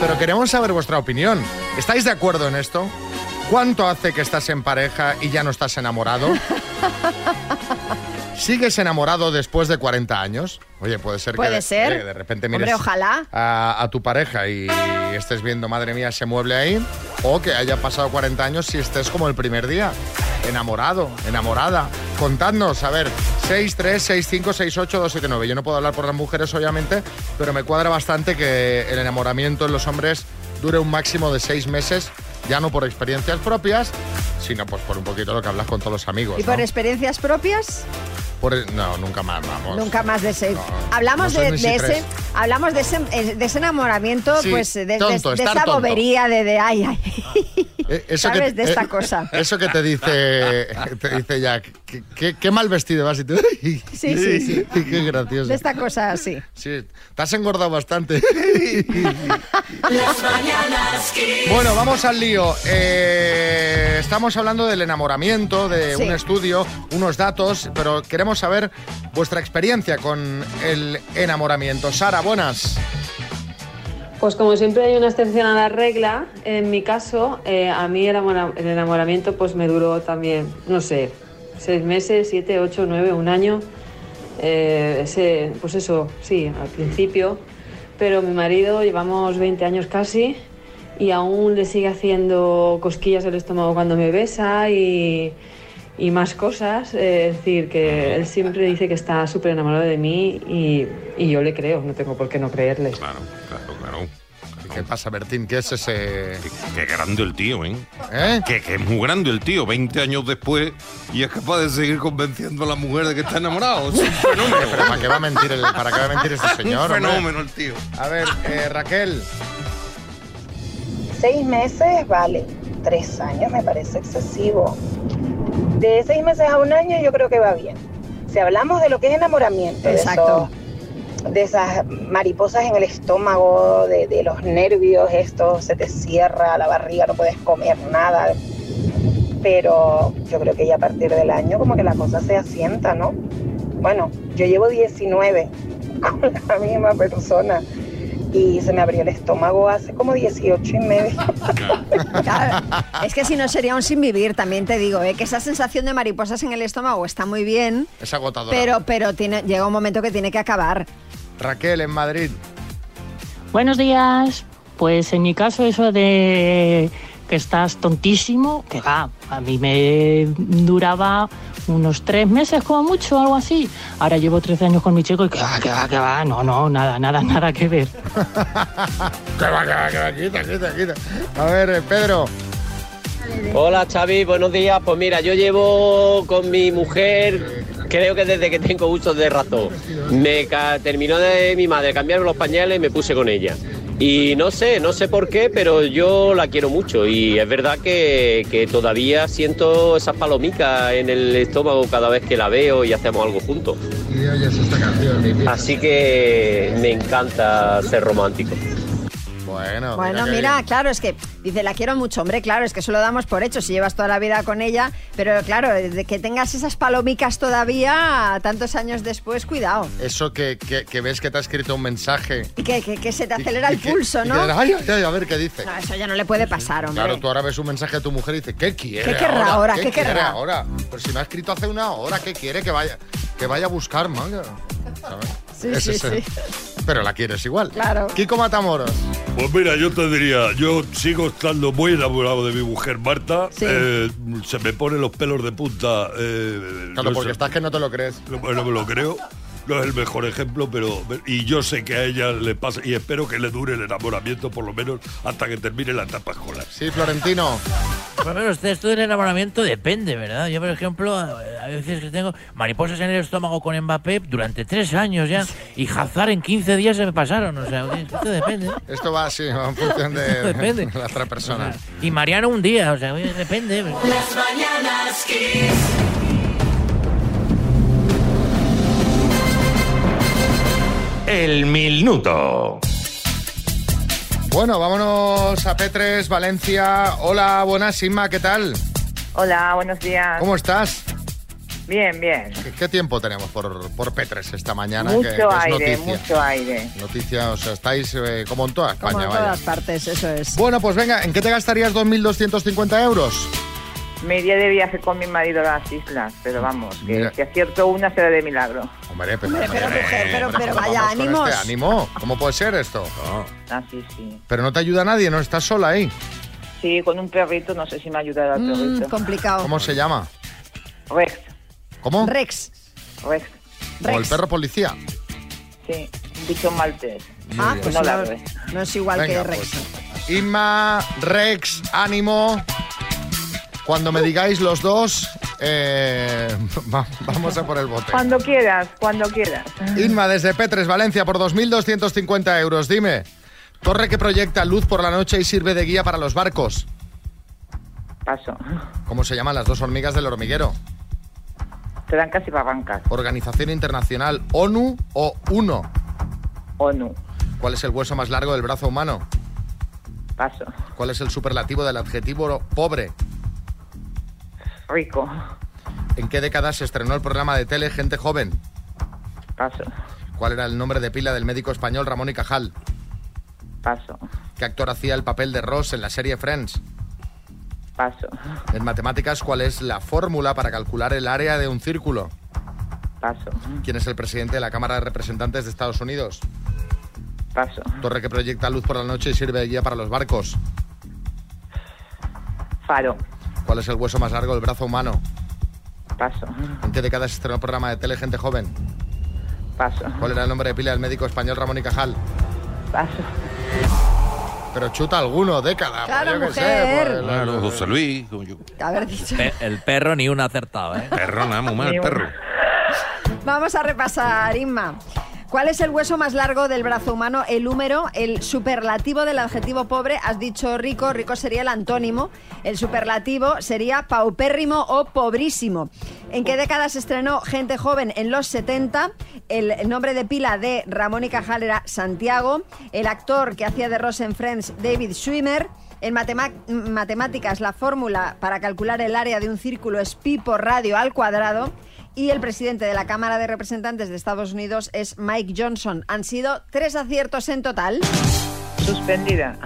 S3: Pero queremos saber vuestra opinión. ¿Estáis de acuerdo en esto? ¿Cuánto hace que estás en pareja y ya no estás enamorado? ¿Sigues enamorado después de 40 años? Oye, puede ser que
S5: Puede
S3: de,
S5: ser.
S3: oye, que de repente
S5: Hombre,
S3: mires
S5: ojalá.
S3: A, a tu pareja y estés viendo, madre mía, ese mueble ahí. O que haya pasado 40 años y estés como el primer día, enamorado, enamorada. Contadnos, a ver, 636568279. Yo no puedo hablar por las mujeres, obviamente, pero me cuadra bastante que el enamoramiento en los hombres dure un máximo de seis meses, ya no por experiencias propias, sino pues por un poquito lo que hablas con todos los amigos.
S5: ¿Y por
S3: ¿no?
S5: experiencias propias?
S3: Por- no, nunca más, vamos.
S5: Nunca más de ese. hablamos
S3: Pues, no
S5: de,
S3: son ni
S5: de
S3: si
S5: ese,
S3: tres.
S5: hablamos de ese, eh, de ese enamoramiento,
S3: Sí,
S5: pues de, de-
S3: tonto,
S5: de
S3: estar
S5: esa
S3: tonto.
S5: bobería de, de ay, ay.
S3: Eh,
S5: ¿Sabes? De esta
S3: eh,
S5: cosa.
S3: Eso que te dice, te dice Jack, qué- qué qué mal vestido vas y tú. Sí,
S5: sí, sí.
S3: Qué gracioso.
S5: De esta cosa así.
S3: Sí, te has engordado bastante.
S1: Las mañanas Kiss.
S3: Bueno, vamos al lío. Eh, estamos hablando del enamoramiento, de
S5: Sí.
S3: un estudio, unos datos, pero queremos saber vuestra experiencia con el enamoramiento. Sara, buenas.
S8: Pues como siempre hay una excepción a la regla, en mi caso, eh, a mí el, amora- el enamoramiento pues me duró también, no sé, seis meses, siete, ocho, nueve, un año. Eh, ese- pues eso, sí, al principio. Pero mi marido llevamos 20 años casi y aún le sigue haciendo cosquillas el estómago cuando me besa y, y más cosas. Eh, es decir, que él siempre dice que está súper enamorado de mí y, y yo le creo, no tengo por qué no creerle.
S15: Claro, claro.
S3: ¿Qué pasa, Bertín? ¿Qué es ese...?
S2: Qué grande el tío, ¿eh?
S3: ¿Eh?
S2: Que, que es muy grande el tío, 20 años después, y es capaz de seguir convenciendo a la mujer de que está enamorado. Es un fenómeno.
S3: Pero ¿para qué va a mentir, el- para qué va a mentir este señor,
S2: Un
S3: hombre?
S2: fenómeno el tío.
S3: A ver, eh, Raquel.
S33: Seis meses, vale. Tres años me parece excesivo. De seis meses a un año yo creo que va bien. Si hablamos de lo que es enamoramiento, de
S5: Exacto.
S33: esos- de esas mariposas en el estómago, de, de los nervios, esto se te cierra la barriga, no puedes comer nada. Pero yo creo que ya a partir del año como que la cosa se asienta, ¿no? Bueno, yo llevo 19 con la misma persona y se me abrió el estómago hace como 18 y medio.
S5: Claro, es que si no sería un sin vivir, también te digo, ¿eh? que esa sensación de mariposas en el estómago está muy bien,
S3: Es agotadora.
S5: pero, pero tiene, llega un momento que tiene que acabar.
S3: Raquel, en Madrid.
S32: Buenos días. Pues en mi caso eso de que estás tontísimo, que va, a mí me duraba unos tres meses como mucho, algo así. Ahora llevo 13 años con mi chico y que va, que va, que va, no, no, nada, nada, nada que ver.
S3: Que va, que va, que va, quita, quita, quita. A ver, eh, Pedro.
S21: Hola Xavi, buenos días. Pues mira, yo llevo con mi mujer, creo que desde que tengo uso de razón. Me ca- terminó de mi madre cambiarme los pañales y me puse con ella. Y no sé, no sé por qué, pero yo la quiero mucho. Y es verdad que, que todavía siento esas palomicas en el estómago cada vez que la veo y hacemos algo juntos. Así que me encanta ser romántico.
S3: Bueno,
S5: Bueno, mira, claro, es que dice, la quiero mucho, hombre, claro, es que eso lo damos por hecho, si llevas toda la vida con ella, pero claro, de que tengas esas palomicas todavía tantos años después, cuidado.
S3: Eso que, que- que ves que te ha escrito un mensaje.
S5: Y que, que- que se te
S3: y-
S5: acelera
S3: y
S5: el
S3: que-
S5: pulso,
S3: y
S5: ¿no?
S3: que dices, ay, ay, ay, a ver qué dice.
S5: No, eso ya no le puede pasar, hombre.
S3: Claro, tú ahora ves un mensaje de tu mujer y dices, ¿qué quiere?
S5: ¿Qué querrá ahora? ¿Qué
S3: quiere
S5: querrá?
S3: ahora? Pero si me ha escrito hace una hora, ¿qué quiere? Que vaya, que vaya a buscar, manga. ¿Sabes?
S5: Sí,
S3: Es
S5: sí,
S3: ese.
S5: sí.
S3: Pero la quieres igual.
S5: Claro.
S3: Kiko Matamoros.
S15: Pues mira, yo te diría, yo sigo estando muy enamorado de mi mujer Marta. Eh, se me ponen los pelos de punta. eh,
S3: Claro,
S15: no
S3: porque
S15: sé,
S3: estás que no te lo crees.
S15: no- no me lo creo. no es el mejor ejemplo, pero. Y yo sé que a ella le pasa. Y espero que le dure el enamoramiento, por lo menos, hasta que termine la etapa escolar.
S3: Sí, Florentino.
S6: Bueno, usted esto del enamoramiento depende, ¿verdad? Yo, por ejemplo, a a veces que tengo mariposas en el estómago con Mbappé durante tres años ya y Hazard en 15 días se me pasaron, o sea, que esto depende.
S3: Esto va así, va en función de,
S6: Depende.
S3: de la otra persona.
S6: Y Mariano un día, o sea, oye, depende.
S1: Las mañanas Kiss.
S27: El minuto.
S3: Bueno, vámonos a Petres, Valencia. Hola, buenas, Inma, ¿qué tal?
S17: Hola, buenos días.
S3: ¿Cómo estás?
S17: Bien, bien.
S3: ¿Qué, qué tiempo tenemos por, por Petres esta mañana?
S17: Mucho
S3: que- que es
S17: aire,
S3: noticia?
S17: mucho aire.
S3: Noticia, o sea, estáis eh, como en toda España,
S5: Como en
S3: vaya.
S5: todas partes, eso es.
S3: Bueno, pues venga, ¿en qué te gastarías 2.250 euros?
S17: Me iría de viaje con mi marido a las islas, pero vamos, que
S3: Mira.
S17: si acierto una será de milagro.
S3: Hombre, pero,
S17: Hombre, pero, mujer, pero-
S3: hombre,
S17: pero
S3: ¿cómo
S17: vaya,
S3: vamos con
S17: ánimos.
S3: este ánimo? ¿Cómo puede ser esto?
S17: Ah, sí, sí.
S3: Pero no te ayuda nadie, no estás sola ahí.
S17: Sí, con un perrito, no sé si me ayudará el perrito.
S5: Mm, complicado.
S3: ¿Cómo se llama?
S17: Rex,
S3: ¿Cómo?
S5: Rex.
S17: Rex,
S3: ¿O el perro policía?
S17: sí. Un bicho maltés.
S3: Muy bien.
S17: no ladre.
S5: Ah, pues No es igual
S3: Venga,
S5: que Rex.
S3: pues. Inma, Rex, ánimo. Cuando me digáis los dos, eh, va- vamos a por el bote.
S17: Cuando quieras, cuando quieras.
S3: Inma, desde Petres, Valencia, por 2.250 euros. Dime, torre que proyecta luz por la noche y sirve de guía para los barcos.
S17: Paso.
S3: ¿Cómo se llaman las dos hormigas del hormiguero?
S17: Trancas y barrancas.
S3: Organización Internacional, ONU o UNO.
S17: ONU.
S3: ¿Cuál es el hueso más largo del brazo humano?
S17: Paso.
S3: ¿Cuál es el superlativo del adjetivo pobre?
S17: Rico.
S3: ¿En qué década se estrenó el programa de tele Gente Joven?
S17: Paso.
S3: ¿Cuál era el nombre de pila del médico español Ramón y Cajal?
S17: Paso.
S3: ¿Qué actor hacía el papel de Ross en la serie Friends?
S17: Paso.
S3: En matemáticas, ¿cuál es la fórmula para calcular el área de un círculo?
S17: Paso.
S3: ¿Quién es el presidente de la Cámara de Representantes de Estados Unidos?
S17: Paso.
S3: Torre que proyecta luz por la noche y sirve de guía para los barcos.
S17: Faro.
S3: ¿Cuál es el hueso más largo del brazo humano?
S17: Paso.
S3: ¿En qué década se estrenó el programa de tele Gente Joven?
S17: Paso.
S3: ¿Cuál era el nombre de pila del médico español Ramón y Cajal?
S17: Paso.
S3: Pero chuta alguno, década.
S5: Claro,
S3: pues yo qué sé,
S5: mujer.
S3: pues,
S25: Claro, José Luis. como yo.
S5: Haber dicho.
S34: Pe- el perro ni una acertaba, ¿eh?
S25: Perro, nada, muy mal, el perro.
S5: Vamos a repasar, Inma. ¿Cuál es el hueso más largo del brazo humano? El húmero, el superlativo del adjetivo pobre. Has dicho rico, rico sería el antónimo. El superlativo sería paupérrimo o pobrísimo. ¿En qué década se estrenó Gente Joven? En los 70. El nombre de pila de Ramón y Cajal era Santiago. El actor que hacía de Ross en Friends, David Schwimmer. En matema- matemáticas, la fórmula para calcular el área de un círculo es pi por radio al cuadrado. Y el presidente de la Cámara de Representantes de Estados Unidos es Mike Johnson. Han sido tres aciertos en total.
S17: Suspendida.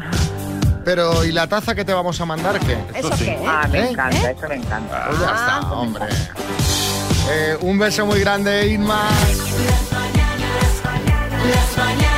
S3: Pero, ¿y la taza que te vamos a mandar qué?
S5: ¿Eso Ah. qué? ¿Eh?
S17: Ah, me
S5: ¿Eh?
S17: encanta, eso me encanta.
S3: Pues ya está, hombre. Eh, un beso muy grande, Inma.
S1: Las mañanas